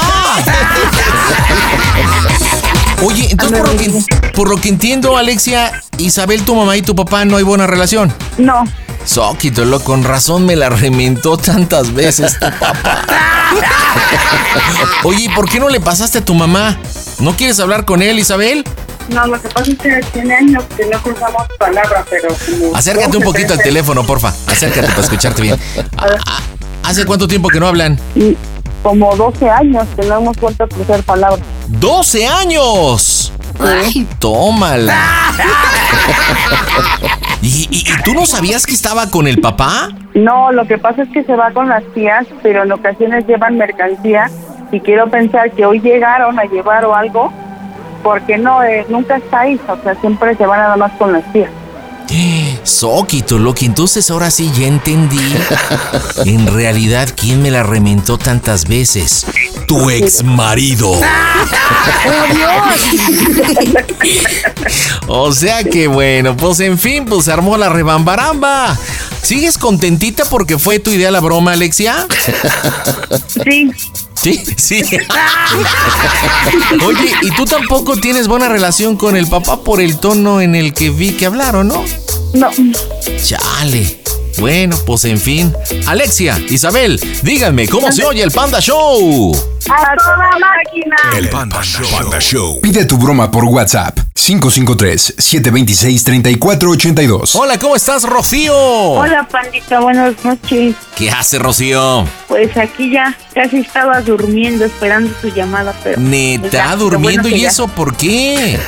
Oye, entonces por lo, que, por lo que entiendo, Alexia, Isabel, tu mamá y tu papá no hay buena relación. No, Soquito, lo con razón me la rementó tantas veces tu papá. Oye, ¿y por qué no le pasaste a tu mamá? ¿No quieres hablar con él, Isabel? No, lo que pasa es que tiene años que no cruzamos palabras, pero como... Acércate un poquito al teléfono, porfa. Acércate para escucharte bien. Ah, ¿Hace cuánto tiempo que no hablan? Y como 12 años que no hemos vuelto a cruzar palabras. ¡12 años! ¡Ay, tómala! ¿Y, y, y tú no sabías que estaba con el papá? No, lo que pasa es que se va con las tías, pero en ocasiones llevan mercancía y quiero pensar que hoy llegaron a llevar o algo, porque no, eh, nunca está ahí, o sea, siempre se van nada más con las tías. Soquito, Loki, entonces ahora sí ya entendí. En realidad, ¿quién me la rementó tantas veces? Tu ex marido. O sea que bueno, pues en fin, pues se armó la rebambaramba. ¿Sigues contentita porque fue tu idea la broma, Alexia? Sí. Sí, sí. Oye, y tú tampoco tienes buena relación con el papá por el tono en el que vi que hablaron, ¿no? No. Chale. Bueno, pues en fin. Alexia, Isabel, díganme, ¿cómo se oye el Panda Show? ¡A toda máquina! El Panda Show. Pide tu broma por WhatsApp 553-726-3482. Hola, ¿cómo estás, Rocío? Hola, pandita, buenas noches. ¿Qué hace, Rocío? Pues aquí ya casi estaba durmiendo esperando tu llamada, pero... Neta, pues ya, lo durmiendo, bueno que ¿y ya- eso por qué?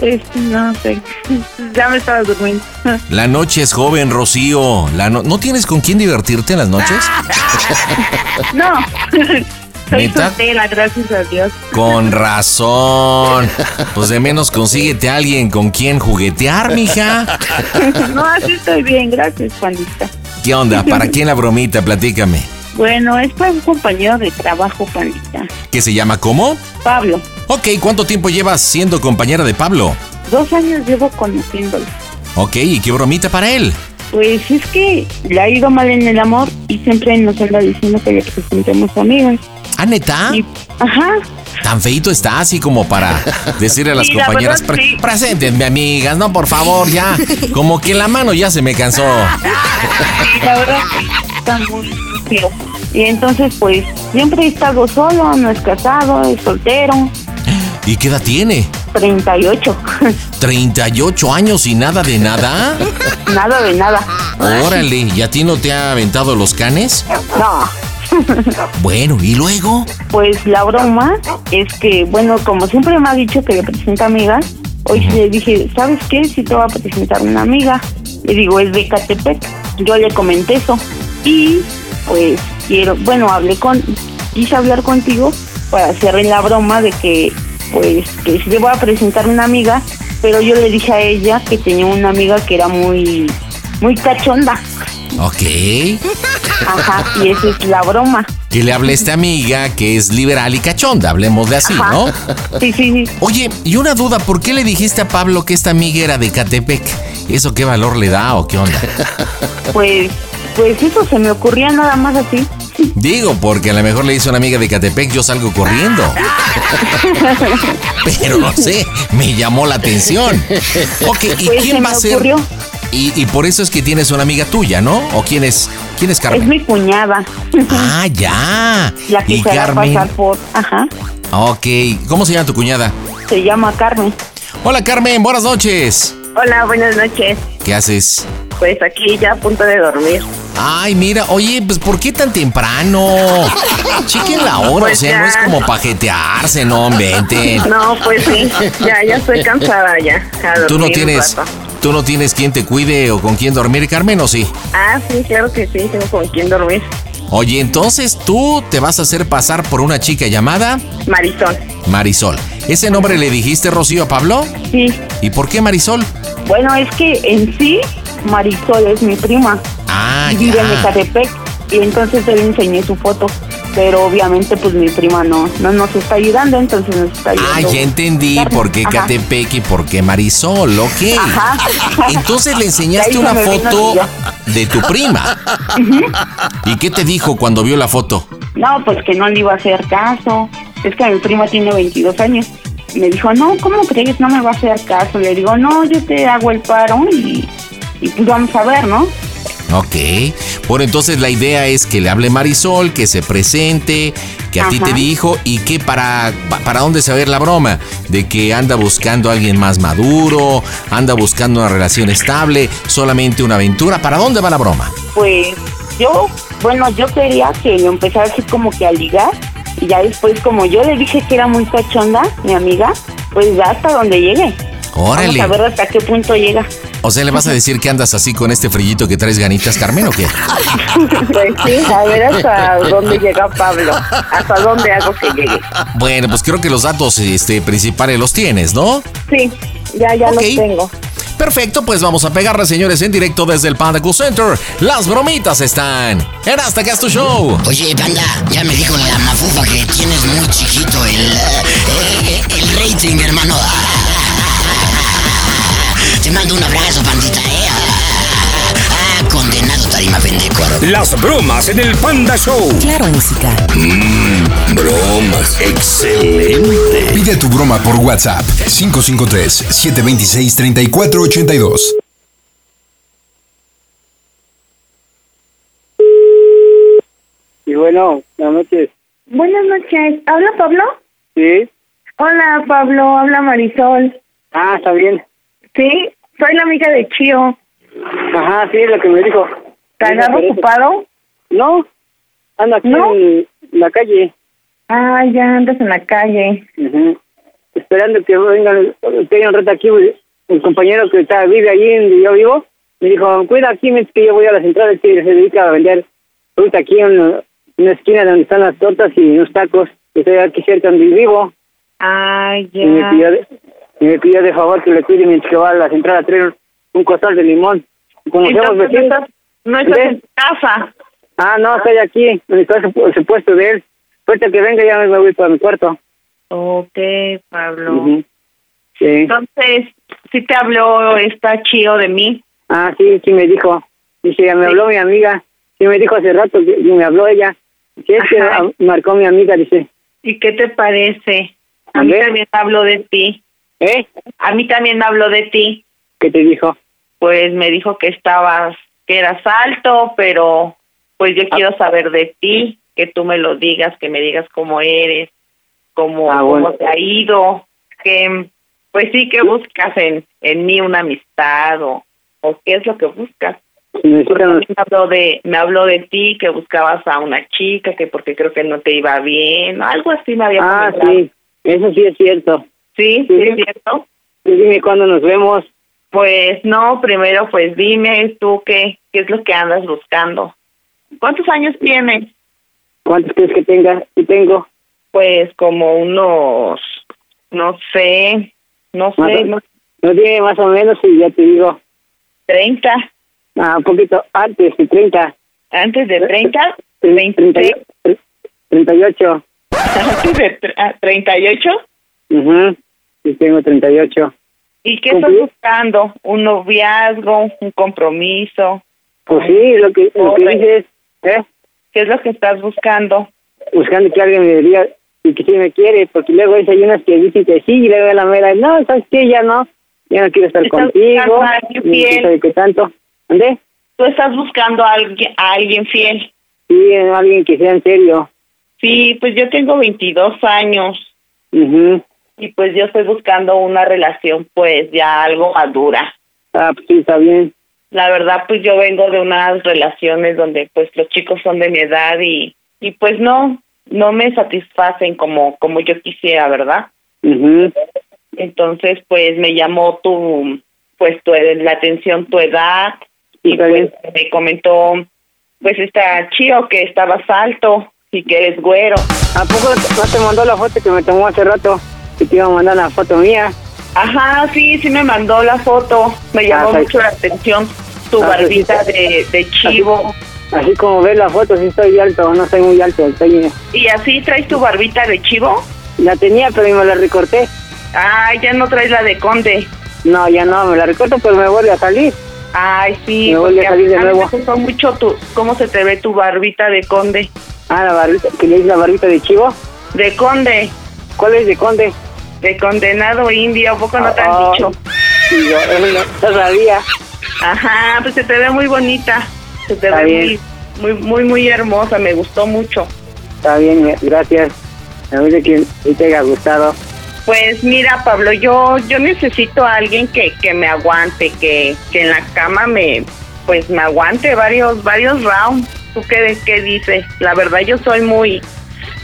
Este, no sé, ya me estaba durmiendo. La noche es joven, Rocío. La no... ¿No tienes con quién divertirte en las noches? No, soy ¿Neta? soltera, gracias a Dios. Con razón. Pues de menos consíguete a alguien con quien juguetear, mija. No, así estoy bien, gracias, pandita. ¿Qué onda? ¿Para quién la bromita? Platícame. Bueno, es para un compañero de trabajo, pandita. ¿Qué se llama cómo? Pablo, Ok, ¿cuánto tiempo llevas siendo compañera de Pablo? dos años llevo conociéndolo. Ok, ¿y qué bromita para él? Pues es que le ha ido mal en el amor y siempre nos anda diciendo que le presentemos amigas. ¿Ah, neta? ajá. Tan feito está así como para decirle a las Sí, la compañeras, verdad, "Pre- sí. preséntenme amigas, no, por favor, ya. Como que la mano ya se me cansó. Y la verdad está muy feo. Y entonces, pues, siempre he estado solo, no es casado, es soltero, ¿Y qué edad tiene? 38. ¿38 años y nada de nada? Nada de nada. Órale, ¿y a ti no te ha aventado los canes? No. Bueno, ¿y luego? Pues la broma es que, bueno, como siempre me ha dicho que le presenta amigas, hoy sí le dije, ¿sabes qué? Si te voy a presentar una amiga. Le digo, es de Catepec. Yo le comenté eso. Y pues quiero, bueno, hablé con, quise hablar contigo para hacerle la broma de que, pues, que si le voy a presentar una amiga, pero yo le dije a ella que tenía una amiga que era muy, muy cachonda. Ok. Ajá, y esa es la broma. Que le hable a esta amiga que es liberal y cachonda, hablemos de así, Ajá. ¿no? Sí, sí, sí. Oye, y una duda, ¿por qué le dijiste a Pablo que esta amiga era de Catepec? ¿Eso qué valor le da o qué onda? Pues, pues eso se me ocurría nada más así. Digo, porque a lo mejor le dice una amiga de Catepec, yo salgo corriendo. Pero no sé, me llamó la atención. Ok, ¿y Pues, se quién va a me ser? ocurrió. Y, y por eso es que tienes una amiga tuya, ¿no? ¿O quién es? ¿Quién es Es Carmen? mi cuñada. Ah, ya. La que y se va a Carmen. pasar por. Ajá. Ok, ¿cómo se llama tu cuñada? Se llama Carmen. Hola Carmen, buenas noches. Hola, buenas noches. ¿Qué haces? Pues aquí ya a punto de dormir. Ay, mira, oye, pues ¿por qué tan temprano? Chequen la hora, Pues o sea, no ya. es como pajetearse, no, vente. No, pues sí, ya, ya estoy cansada ya. a ¿Tú no dormir un tienes, rato. tú no tienes quien te cuide o con quién dormir, Carmen, o sí? Ah, sí, claro que sí, tengo con quién dormir. Oye, entonces tú te vas a hacer pasar por una chica llamada Marisol. Marisol. ¿Ese nombre le dijiste, Rocío, a Pablo? Sí. ¿Y por qué Marisol? Bueno, es que en sí, Marisol es mi prima. Ah, y vive en Ecatepec. Y entonces yo le enseñé su foto. Pero obviamente, pues mi prima no, no nos está ayudando, entonces nos está Ah, ayudando. ya entendí Carmen. por qué Ajá. Catepec y por qué Marisol, ok. Ajá. Entonces le Ahí enseñaste una se me vino foto y ya. de tu prima. ¿Y qué te dijo cuando vio la foto? No, pues que no le iba a hacer caso. Es que mi prima tiene 22 años. Me dijo, no, ¿cómo crees? No me va a hacer caso. Le digo, no, yo te hago el paro y, y pues vamos a ver, ¿no? Ok. Bueno, entonces la idea es que le hable Marisol, que se presente, que a ti Ajá. te dijo y que para, pa- para dónde se va a ir la broma. De que anda buscando a alguien más maduro, anda buscando una relación estable, solamente una aventura. ¿Para dónde va la broma? Pues yo, bueno, yo quería que lo empezara así como que a ligar y ya después como yo le dije que era muy cachonda, mi amiga, pues va hasta donde llegue. Órale. Vamos a ver hasta qué punto llega. O sea, ¿le vas a decir que andas así con este frillito que traes ganitas, Carmen, o qué? pues sí, A ver hasta dónde llega Pablo. Hasta dónde hago que llegue. Bueno, pues creo que los datos este, principales los tienes, ¿no? Sí, ya, ya Ok. los tengo. Perfecto, pues vamos a pegarle, señores, en directo desde el Panda Cool Center. Las bromitas están en Hasta que es tu show. Oye, banda, ya me dijo la mafufa que tienes muy chiquito el, eh, el, el rating, hermano. eh, Te mando un abrazo, bandita, eh. Ah, condenado tarima pendejo. Las bromas en el Panda Show. Claro, música. Mmm, bromas. Excelente. Pide tu broma por WhatsApp 553-726-3482. Y bueno, buenas noches. Buenas noches. ¿Habla Pablo? Sí, Hola, Pablo. Habla Marisol. Ah, está bien. Sí, soy la amiga de Chio. ajá, sí, lo que me dijo. ¿Te agarro ocupado? No, ando aquí ¿No? en la calle, Ah, ya andas en la calle. ujú, esperando que vengan, que haya un rato aquí. güey. El compañero que está, vive allí donde yo vivo, me dijo, cuida aquí, mientras que yo voy a la central que se dedica a vender fruta aquí en la- en una esquina donde están las tortas y unos tacos. Estoy aquí cerca donde vivo. Ah, ya. Y me pidió, de, y me pidió de favor que le cuide mientras que va a la central a traer un costal de limón. Y Como Entonces, somos vecinos, no estás- no estás ¿ves? en tu casa. Ah, no, estoy aquí, en el caso- en su puesto de él. Ahorita que venga ya me voy para mi cuarto. Ok, Pablo. Ujú. Sí. Entonces, sí te habló, está Chio de mí. Ah, sí, sí me dijo. Dice, me habló mi amiga. Sí me dijo hace rato que que me habló ella. Que es que Ajá. ah, marcó mi amiga, dice. ¿Y qué te parece? A mí ¿Mandé? también habló de ti. ¿Eh? A mí también habló de ti. ¿Qué te dijo? Pues me dijo que estabas, que eras alto, pero pues yo Ah. quiero saber de ti, que tú me lo digas, que me digas cómo eres, cómo, Ah, bueno. cómo te ha ido, que pues sí que buscas en, en mí una amistad o, o qué es lo que buscas. Necesitan... Me habló de me habló de ti que buscabas a una chica que porque creo que no te iba bien algo así me había Ah, comentado. sí. Eso sí es cierto. Sí, sí, es cierto. Sí, dime cuándo nos vemos. Pues no, primero pues dime tú qué, qué es lo que andas buscando. ¿Cuántos años tienes? ¿Cuántos crees que tenga? Sí tengo. Pues como unos, no sé, no Más sé, o- unos No tiene más o menos y ya te digo. 30, Ah, un poquito antes de 30. antes de 30, 26. 38. antes de tre- ah, 38. Ujú. Sí, tengo 38. ¿Y qué estás buscando? ¿Un noviazgo, un compromiso? Pues sí, lo que, lo que Corre. dices, ¿eh? ¿Qué es lo que estás buscando? buscando que alguien me diga y que sí me quiere, porque luego hay unas que dicen que sí y luego a la mera, no, ¿sabes qué? Ya no, ya no quiero estar Estás contigo, buscando a alguien ni fiel. sabe qué tanto. ¿Dónde? ¿Tú estás buscando a alguien, a alguien fiel? Sí, alguien que sea en serio. Sí, pues yo tengo 22 años. Ujú. y pues yo estoy buscando una relación pues ya algo madura. Ah, pues sí, está bien. La verdad pues yo vengo de unas relaciones donde pues los chicos son de mi edad y, y pues no, no me satisfacen como, como yo quisiera, ¿verdad? Ujú. Entonces pues me llamó tu, pues tu, la atención tu edad y Está pues bien. me comentó pues está chido que estabas alto y que eres güero. ¿A poco no te mandó la foto que me tomó hace rato? Que te iba a mandar la foto mía. Ajá, sí, sí me mandó la foto. Me llamó Ah, mucho la atención tu Ah, barbita sí, de, de chivo. Así como ves la foto, sí estoy alto, no estoy muy alto. Estoy, ¿Y así traes tu barbita de chivo? la tenía, pero me la recorté. Ay, ya no traes la de conde. No, ya no, me la recorto, pero me vuelve a salir. Ay, sí. Me vuelve porque a salir de mí nuevo. Me gustó mucho tu, cómo se te ve tu barbita de conde. Ah, la barbita, que le dice la barbita de chivo. De conde. ¿Cuál es de conde? De condenado indio, ¿a poco no te han Ah, dicho? Y yo, eh, no, no sabía. Ajá, pues se te ve muy bonita. Se te Está ve bien. muy, muy, muy, muy hermosa. Me gustó mucho. Está bien, eh, gracias. A ver de quién si te haya gustado. Pues mira, Pablo, yo yo necesito a alguien que, que me aguante, que, que en la cama me pues me aguante varios varios rounds. ¿Tú qué, qué dices? La verdad yo soy muy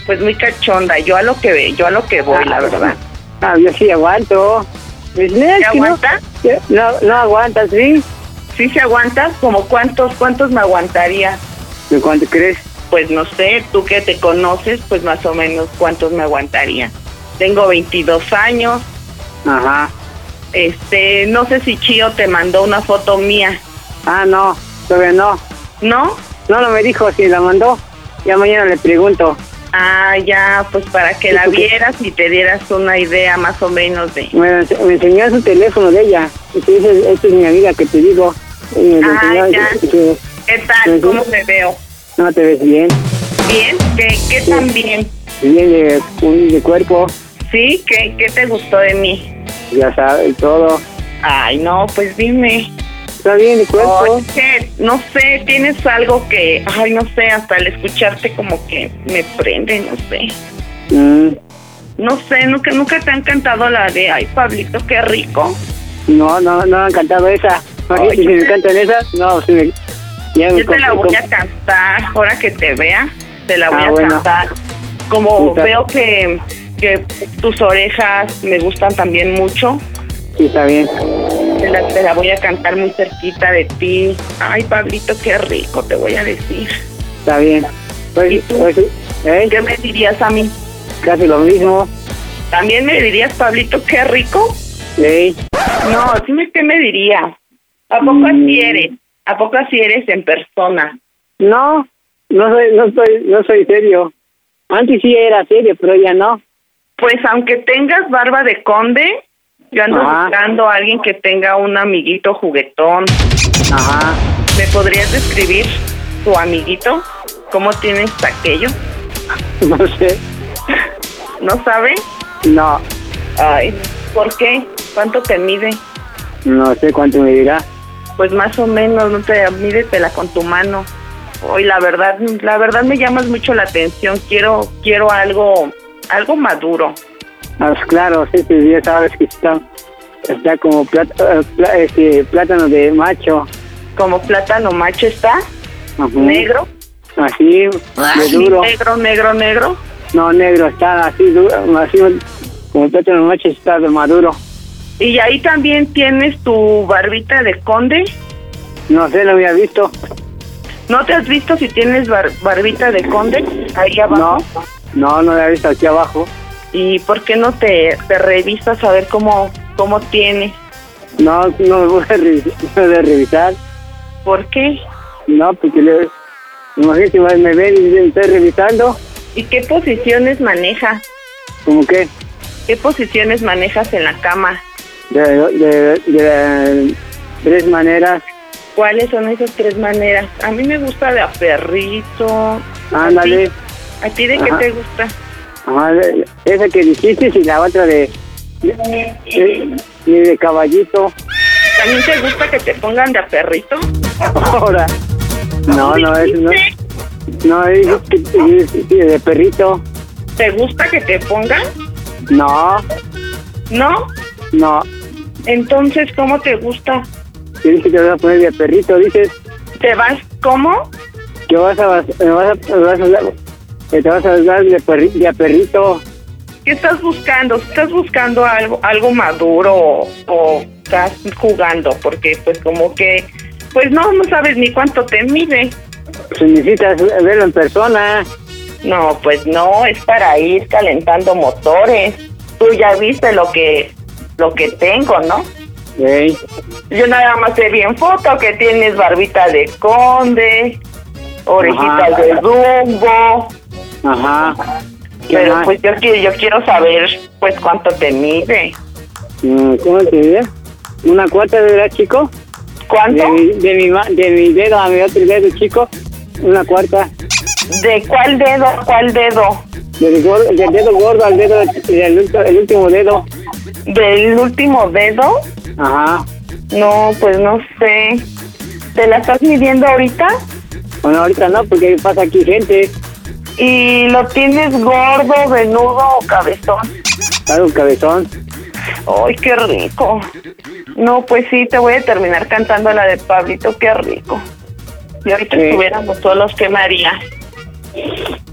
pues muy cachonda, yo a lo que ve, yo a lo que voy, la verdad. Ah, yo sí aguanto. Pues, no, es ¿Te que no- aguanta? No, no aguantas, ¿sí? Sí se aguantas, como cuántos cuántos me aguantaría? ¿De cuánto crees? Pues no sé, tú que te conoces, pues más o menos cuántos me aguantaría. Tengo 22 años, Ajá. este, no sé si Chio te mandó una foto mía. Ah, no, todavía no. ¿No? No, no me dijo si la mandó. Ya mañana le pregunto. Ah, ya, pues para que la vieras y te dieras una idea más o menos de... Me, ens- me enseñó su teléfono de ella. Y te dice, esta es mi amiga que te digo. Y me lo Ah, enseñó, ya. y- y- ¿Qué tal? ¿Cómo me veo? no te ves bien. ¿Bien? ¿Qué, qué tan bien? Bien de, un- de cuerpo. ¿Sí? ¿Qué, ¿Qué te gustó de mí? Ya sabes, todo. Ay, no, pues dime. Está bien de cuerpo. Oye, no sé, tienes algo que... Ay, no sé, hasta al escucharte como que me prende, no sé. Mm, No sé, nunca, nunca te han cantado la de... Ay, Pablito, qué rico. No, no, no me ha encantado esa. Imagínate si me encantan esas. No, si me... Ya me Yo te la compro- voy a cantar, ahora que te vea, te la voy Ah, a bueno. cantar. Como Está- veo que, que tus orejas me gustan también mucho, Sí, está bien. te la, te la voy a cantar muy cerquita de ti. Ay, Pablito, qué rico, te voy a decir. Está bien. Pues, pues, ¿eh? ¿Qué me dirías a mí? Casi lo mismo. ¿También me dirías, Pablito, qué rico? Sí. No, dime qué me dirías. ¿A poco así Mm. eres? ¿A poco así eres en persona? No, no soy, no soy, no soy serio. Antes sí era serio, pero ya no. Pues aunque tengas barba de conde, yo ando Ajá. buscando a alguien que tenga un amiguito juguetón. Ajá. ¿Me podrías describir tu amiguito? ¿Cómo tienes aquello? No sé. ¿No sabe? No, Ay, ¿por qué? ¿Cuánto te mide? no sé cuánto me dirá. Pues más o menos, no te mídetela con tu mano. Hoy la verdad, la verdad me llamas mucho la atención. Quiero, quiero algo, algo maduro. Ah, pues claro, sí, sí, ya sabes que está, está como plát- eh, plá- este, plátano de macho. Como plátano macho está, Ajá. negro, Así, de Así, duro. negro, negro, negro. No, negro, está así duro, así como plátano de macho está de maduro. Y ahí también tienes tu barbita de conde. No sé, lo había visto. ¿No te has visto si tienes bar- barbita de conde ahí abajo? No, no lo había visto aquí abajo. ¿Y por qué no te, te revistas a ver cómo, cómo tienes? No, no me voy a revisar. No voy a revisar. ¿Por qué? No, porque le, imagínate, igual me ven y dicen, estoy revisando. ¿Y qué posiciones manejas? ¿Cómo qué? ¿Qué posiciones manejas en la cama? De, de, de tres maneras. ¿Cuáles son esas tres maneras? A mí me gusta de a perrito. Ándale. ¿A ti de qué Ajá. te gusta? Ajá, de- esa que dijiste y la otra de, de, de- y de caballito. ¿También te gusta que te pongan de a perrito? Ahora. No, no, es, no. No, es, es- es de perrito. ¿Te gusta que te pongan? No, ¿No? no. Entonces, ¿cómo te gusta? Tienes que te vas a poner de perrito, dices. ¿Te vas cómo? Que vas a, vas a, vas a, que te vas a dar de, perri- de a perrito. ¿Qué estás buscando? ¿Estás buscando algo, algo maduro o, o estás jugando? Porque pues como que, pues no, no sabes ni cuánto te mide. Si necesitas verlo en persona. No, pues no, es para ir calentando motores. Tú ya viste lo que, lo que tengo, ¿no? Ey, Yo nada más te vi en foto que tienes barbita de conde, orejitas Ajá. de rumbo. Ajá. ¿Qué Pero más? pues yo, qui- yo quiero saber pues cuánto te mide. Mm, ¿Cómo te diré? ¿Una cuarta de verdad, chico? ¿Cuánto? De mi, de, mi, ma- de mi dedo a mi otro dedo, chico. Una cuarta. ¿De cuál dedo a cuál dedo? Del, gor- del dedo gordo al dedo, del ulti- el último dedo. ¿Del último dedo? Ajá. No, pues no sé. ¿Te la estás midiendo ahorita? Bueno, ahorita no, porque pasa aquí gente. ¿Y lo tienes gordo, venudo o cabezón? Claro, un cabezón. ¡Ay, qué rico! No, pues sí, te voy a terminar cantando la de Pablito, qué rico. Y ahorita Sí. estuviéramos solos, ¿qué me haría?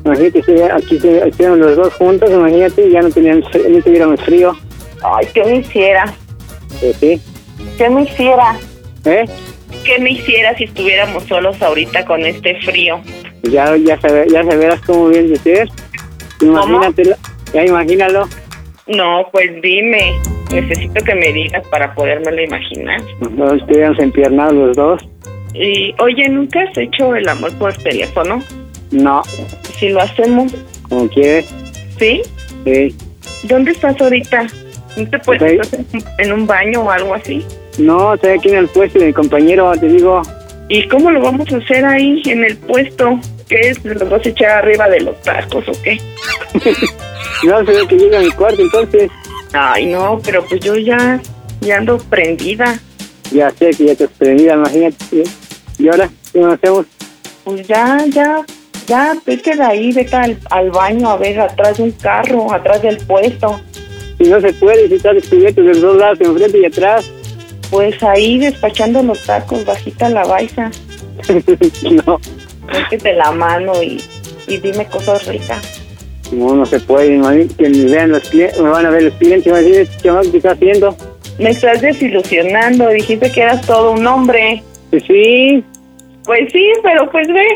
Imagínate, si aquí se- estuvieran los dos juntos, imagínate, y ya no, tenían, fr- no tuviéramos frío. Ay, ¿qué me hiciera? Pues sí. ¿Qué me hiciera? ¿Eh? ¿Qué me hiciera si estuviéramos solos ahorita con este frío? Ya, ya, sabe- ya saberás cómo bien decir. Imagínatelo. Ya imagínalo. No, pues dime. Necesito que me digas para podérmelo imaginar. No estuviéramos empiernados los dos. Y, oye, ¿nunca has hecho el amor por teléfono? No, Si lo hacemos, como quieres. ¿sí? Sí. ¿Dónde estás ahorita? ¿No te puedes Estoy- hacer en un baño o algo así? No, estoy aquí en el puesto de mi compañero, te digo. ¿Y cómo lo vamos a hacer ahí en el puesto? ¿Qué es? ¿Los vas a echar arriba de los tacos o qué? No, se ve que llega a mi cuarto, entonces. Ay, no, pero pues yo ya, ya ando prendida. Ya sé que ya te has prendido, imagínate. ¿Y ahora qué nos hacemos? Pues ya, ya, pues, Ya, vete de ahí, vete al, al baño, a ver, atrás de un carro, atrás del puesto. Si no se puede, si estás descubierto de los dos lados, enfrente y atrás. Pues ahí despachando los tacos, bajita la baiza. no, Métete la mano y, y dime cosas ricas. no, no se puede, imagínate que me, vean los clientes, me van a ver los clientes y van a decir, este chamaco, ¿qué está haciendo? Me estás desilusionando, dijiste que eras todo un hombre. Pues sí, Pues sí, pero pues ve,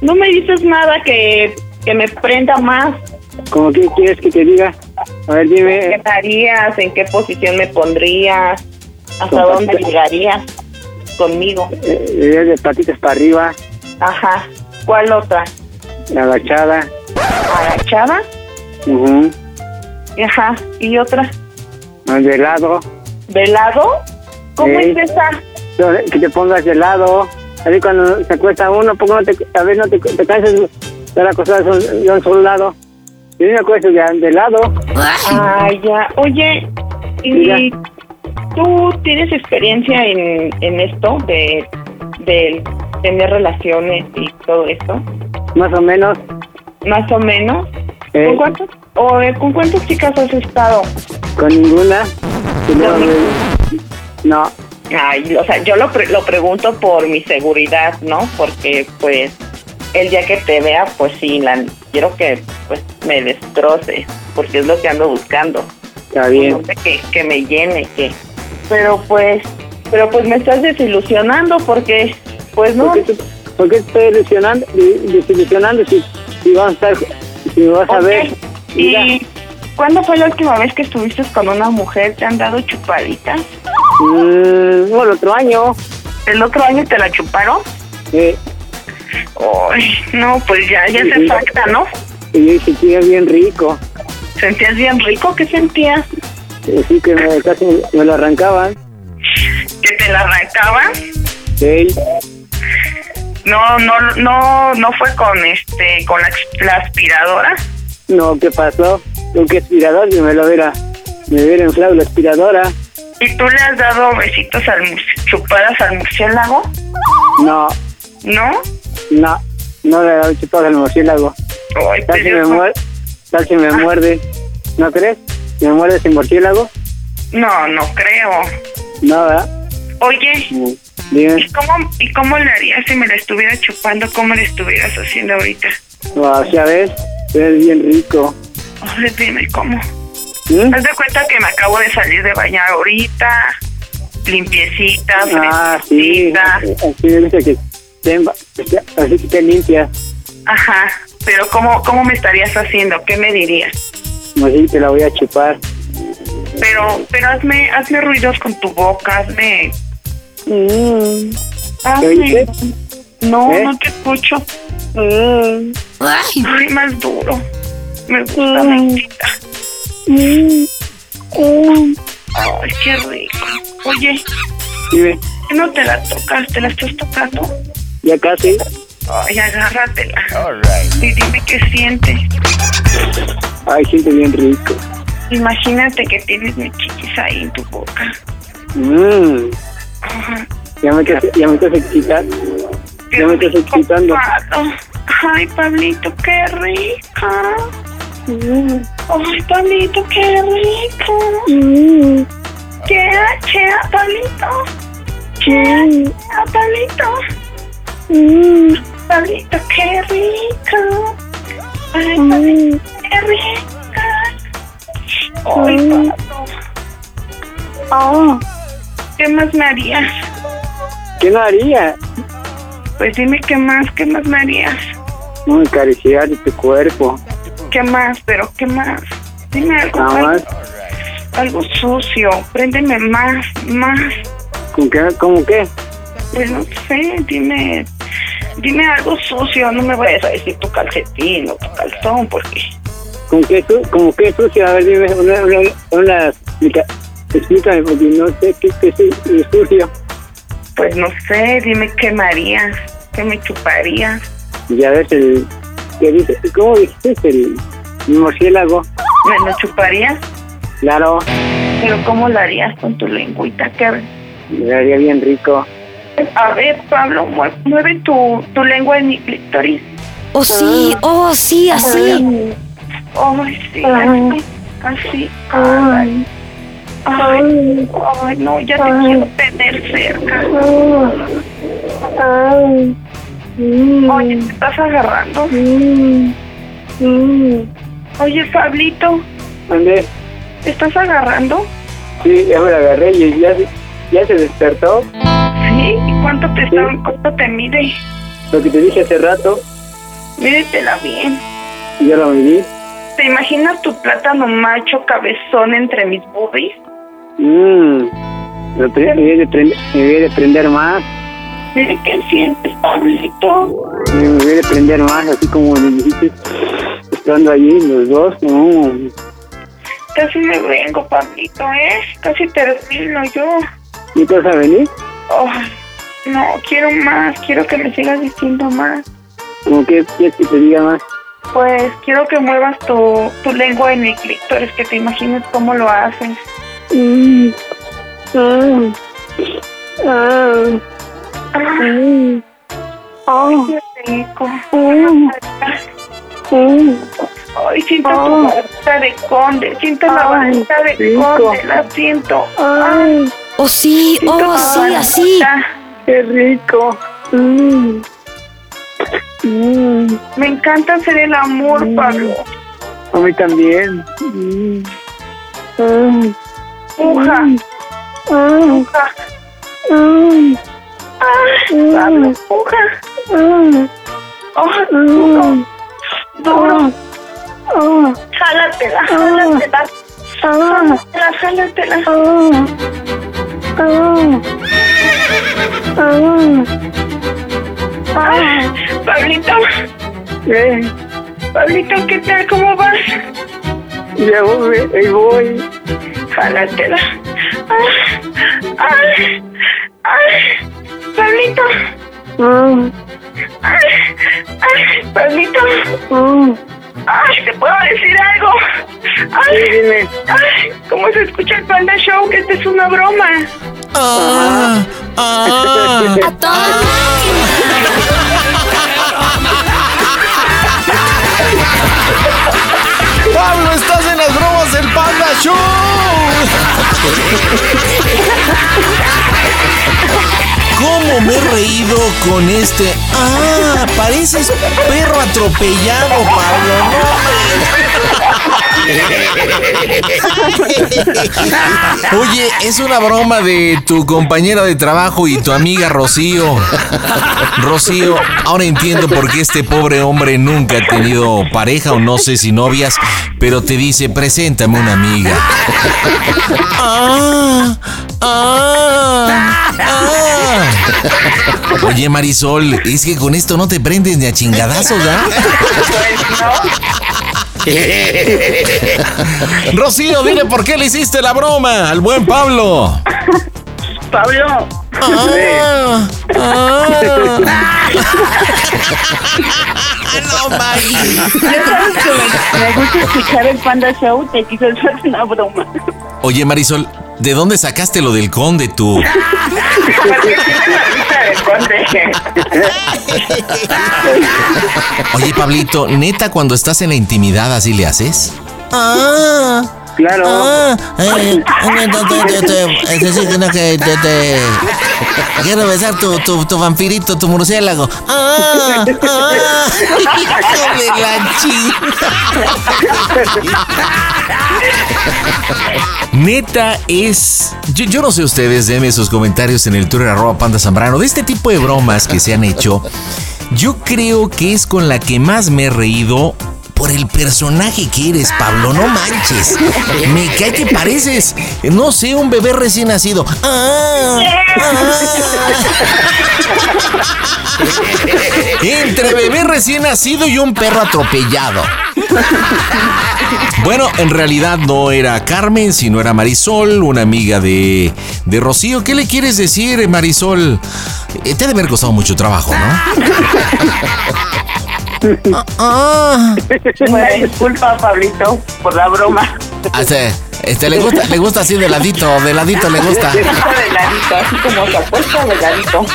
no me dices nada que, que me prenda más. como que quieres que te diga. A ver, ¿Qué dime, eh, harías? ¿En qué posición me pondrías? ¿Hasta Con- dónde llegarías conmigo? eh, eh, de patitas para arriba, Ajá. ¿Cuál otra? agachada. ¿Agachada? ujú, Ajá. ¿Y otra? De lado, ¿Velado? ¿Cómo Sí. es esa? que te pongas de lado. Así cuando se acuesta uno, poco no te, a ver, no te, te cansas de la cosa de un solo lado. Yo me acuesto de, de lado. Ay, ya. Oye, ¿y Diga. tú tienes experiencia en, en esto de, de tener relaciones y todo esto? Más o menos. Más o menos. Eh. ¿Con, cuántos, o, eh, ¿Con cuántas chicas has estado? Con ninguna. Y luego me- No, Ay, o sea, yo lo, pre- lo pregunto por mi seguridad, ¿no? Porque, pues, el día que te vea, pues sí, la, quiero que pues me destroce, porque es lo que ando buscando. está Un bien. hombre Que, que me llene, que... Pero pues, pero pues me estás desilusionando porque, pues no. ¿Por qué, te- por qué te estoy desilusionando, de- desilusionando si, si vas a estar, si vas a Ok. ver? ¿Y cuándo fue la última vez que estuviste con una mujer? ¿Te han dado chupaditas? Mm, no, el otro año. ¿El otro año te la chuparon? Eh, Ay, no, pues ya, ya se Sí. falta, ¿no? y yo dije que era bien rico. ¿Sentías bien rico? ¿Qué sentías? Así que me, casi me lo arrancaban. ¿Que te la arrancaban? Sí. No, no, no, no fue con este, con la, la aspiradora. No, ¿qué pasó? Con qué aspirador que me lo hubiera, me hubiera inflado la aspiradora. ¿Y tú le has dado besitos al murci- chupadas al murciélago? No, ¿No? no, no le he chupado al murciélago. Ay, Tal si me pero- Ah. muerde, tal si me muerde. ¿No crees? ¿Me muerde ese murciélago? No, no creo. No, ¿verdad? Oye, Mm, Dime, ¿y cómo, ¿y cómo le harías si me la estuviera chupando? ¿Cómo le estuvieras haciendo ahorita? wow, ya ves, es bien rico. Ay, dime cómo. ¿Mm? Haz de cuenta que me acabo de salir de bañar ahorita, limpiecita, Ah, sí, fresquita. así me gusta que esté en ba- así que esté limpia. Ajá, pero ¿cómo, ¿cómo me estarías haciendo? ¿Qué me dirías? Así te la voy a chupar. Pero, pero hazme, hazme ruidos con tu boca, hazme... ¿Te Mm. Hazme... oíste? No, ¿Eh? no te escucho. Mm. Ay, más duro. Me gusta, me excita. Ay, qué rico. Oye, Dime, no te la tocas, te la estás tocando. ya casi. Ay, agárratela. Y dime qué sientes. Ay, siente bien rico. Imagínate que tienes mi chiquis ahí en tu boca. Mmm, Ya me quedé, ya me quedé quitar. Ya me quedé quitando. Ay, Pablito, qué rica. Ay, Pablito, qué rica. Qué chea, Pablito. Ah, Chea, Pablito. Mm, Pablito, qué rica. Ay, Pablito, qué rica. Mm. Ay, Pablito. Oh, ¿qué más me harías? ¿Qué no haría? Pues dime qué más, qué más me harías. No, acariciar tu cuerpo. ¿Qué más? Pero qué más. Dime algo. Nada más. Algo sucio. Préndeme más, más. ¿Con qué? ¿Cómo qué? Pues no sé, dime. Dime algo sucio. No me vayas a decir tu calcetín o tu calzón, porque. ¿Con qué, su- ¿Cómo qué sucio? A ver, dime una, una, una explica- explícame porque no sé qué, qué es es sucio. Pues no sé, dime qué me harías. ¿Qué me chuparías? Ya ves el... ¿qué dice? ¿Cómo dijiste? El murciélago. ¿Me lo chuparías? Claro, ¿Pero cómo lo harías con tu lengüita? ¿Qué? me haría bien rico. A ver, Pablo, mue- mueve tu, tu lengua en mi clítoris. Oh, Ah. sí, oh, sí, así. Ay, oh, sí, Ah. así, así. Ay, ay, ay, no, ya te quiero tener cerca. mm. Oye, ¿te estás agarrando? mm. Oye, Pablito, ¿Dónde? ¿te estás agarrando? Sí, ya me la agarré y ya, se- ya se despertó. ¿Sí? ¿Y cuánto te, está, cuánto te mide? Lo que te dije hace rato, Mídetela bien. ya lo medí. ¿Te imaginas tu plátano macho cabezón entre mis boobies? Mmm, me voy de, prend- me voy de prender más. Mire qué sientes, Pablito. Me voy a prender más, así como me dijiste. Estando allí los dos, no. Casi me vengo, Pablito, ¿eh? Casi termino yo. ¿Y te vas a venir? Ay, no, quiero más, quiero que me sigas diciendo más. ¿Cómo que quieres que te diga más? Pues quiero que muevas tu, tu lengua en mi clítoris, que te imagines cómo lo haces. Ay, qué rico. Ay, siento tu barrita de conde, siento la barrita de conde, la siento. Ay, Oh, sí, oh, sí, tu barrita. así. Qué rico. Mm. Me encanta hacer el amor, Pablo. A mí también. Puja. Puja. Ah, Ay, Pablo, puja. Oh, duro. Duro. Jálatela, jálatela. Jálatela, jálatela. Ah, Pablito. Pablito, ¿qué tal? ¿Cómo vas? Ya voy, ahí voy. Jálatela. Ah, ay, ay, Pablito. Mm. Ay, ay, Pablito. Mm. Ay, ¿te puedo decir algo? Ay, ay, ¿cómo se escucha el Panda Show? Que esta es una broma. A Pablo, estás en las bromas del Panda Show. ¿Cómo me he reído con este? Ah, pareces perro atropellado, Pablo. Oye, es una broma de tu compañera de trabajo y tu amiga Rocío. Rocío, ahora entiendo por qué este pobre hombre nunca ha tenido pareja o no sé si novias, pero te dice, preséntame una amiga. Ah, ah, ah. Oye, Marisol, es que con esto no te prendes ni a chingadazos, ¿ah? Rocío, dile por qué le hiciste la broma al buen Pablo. Pablo. Ah, ah. Ya sabes que me, me gusta escuchar el Panda Show, te quise hacer una broma. Oye, Marisol, ¿De dónde sacaste lo del conde tú? Porque tiene la vista de conde. Oye, Pablito, neta, cuando estás en la intimidad así le haces. Ah. Claro. Es decir, que no, que te, te- Quiero besar tu, tu, tu vampirito, tu murciélago. Ah, ah, hijo de la Neta es. Yo, yo no sé ustedes, denme sus comentarios en el Twitter arroba panda Zambrano. De este tipo de bromas que se han hecho, yo creo que es con la que más me he reído por el personaje que eres, Pablo. No manches. Me cae que pareces, no sé, un bebé recién nacido. Ah, Entre bebé recién nacido y un perro atropellado. Bueno, en realidad no era Carmen, sino era Marisol, una amiga de, de Rocío. ¿Qué le quieres decir, eh, Marisol? Eh, Te ha de haber costado mucho trabajo, ¿no? Ah. Una disculpa, Pablito, por la broma. Este, este, le gusta, le gusta así de ladito, de ladito le gusta. Se puso de ladito, así como se apuesta de ladito.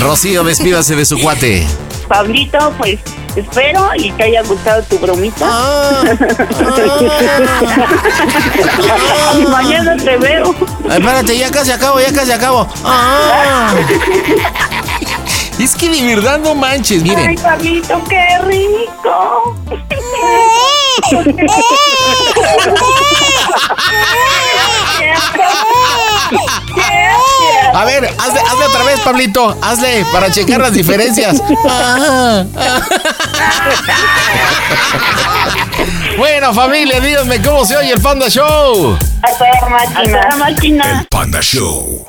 Rocío, despídase de su cuate. Pablito, pues espero y te haya gustado tu bromita. Y mañana te veo. Espérate, ya casi acabo, ya casi acabo. Ah. Es que de verdad no manches, Ay, miren. Pablito, qué rico. A ver, hazle, hazle otra vez, Pablito. Hazle para checar las diferencias. Ah, ah. Bueno, familia, díganme cómo se oye el Panda Show. Hasta la máquina. Hasta la máquina. Panda Show.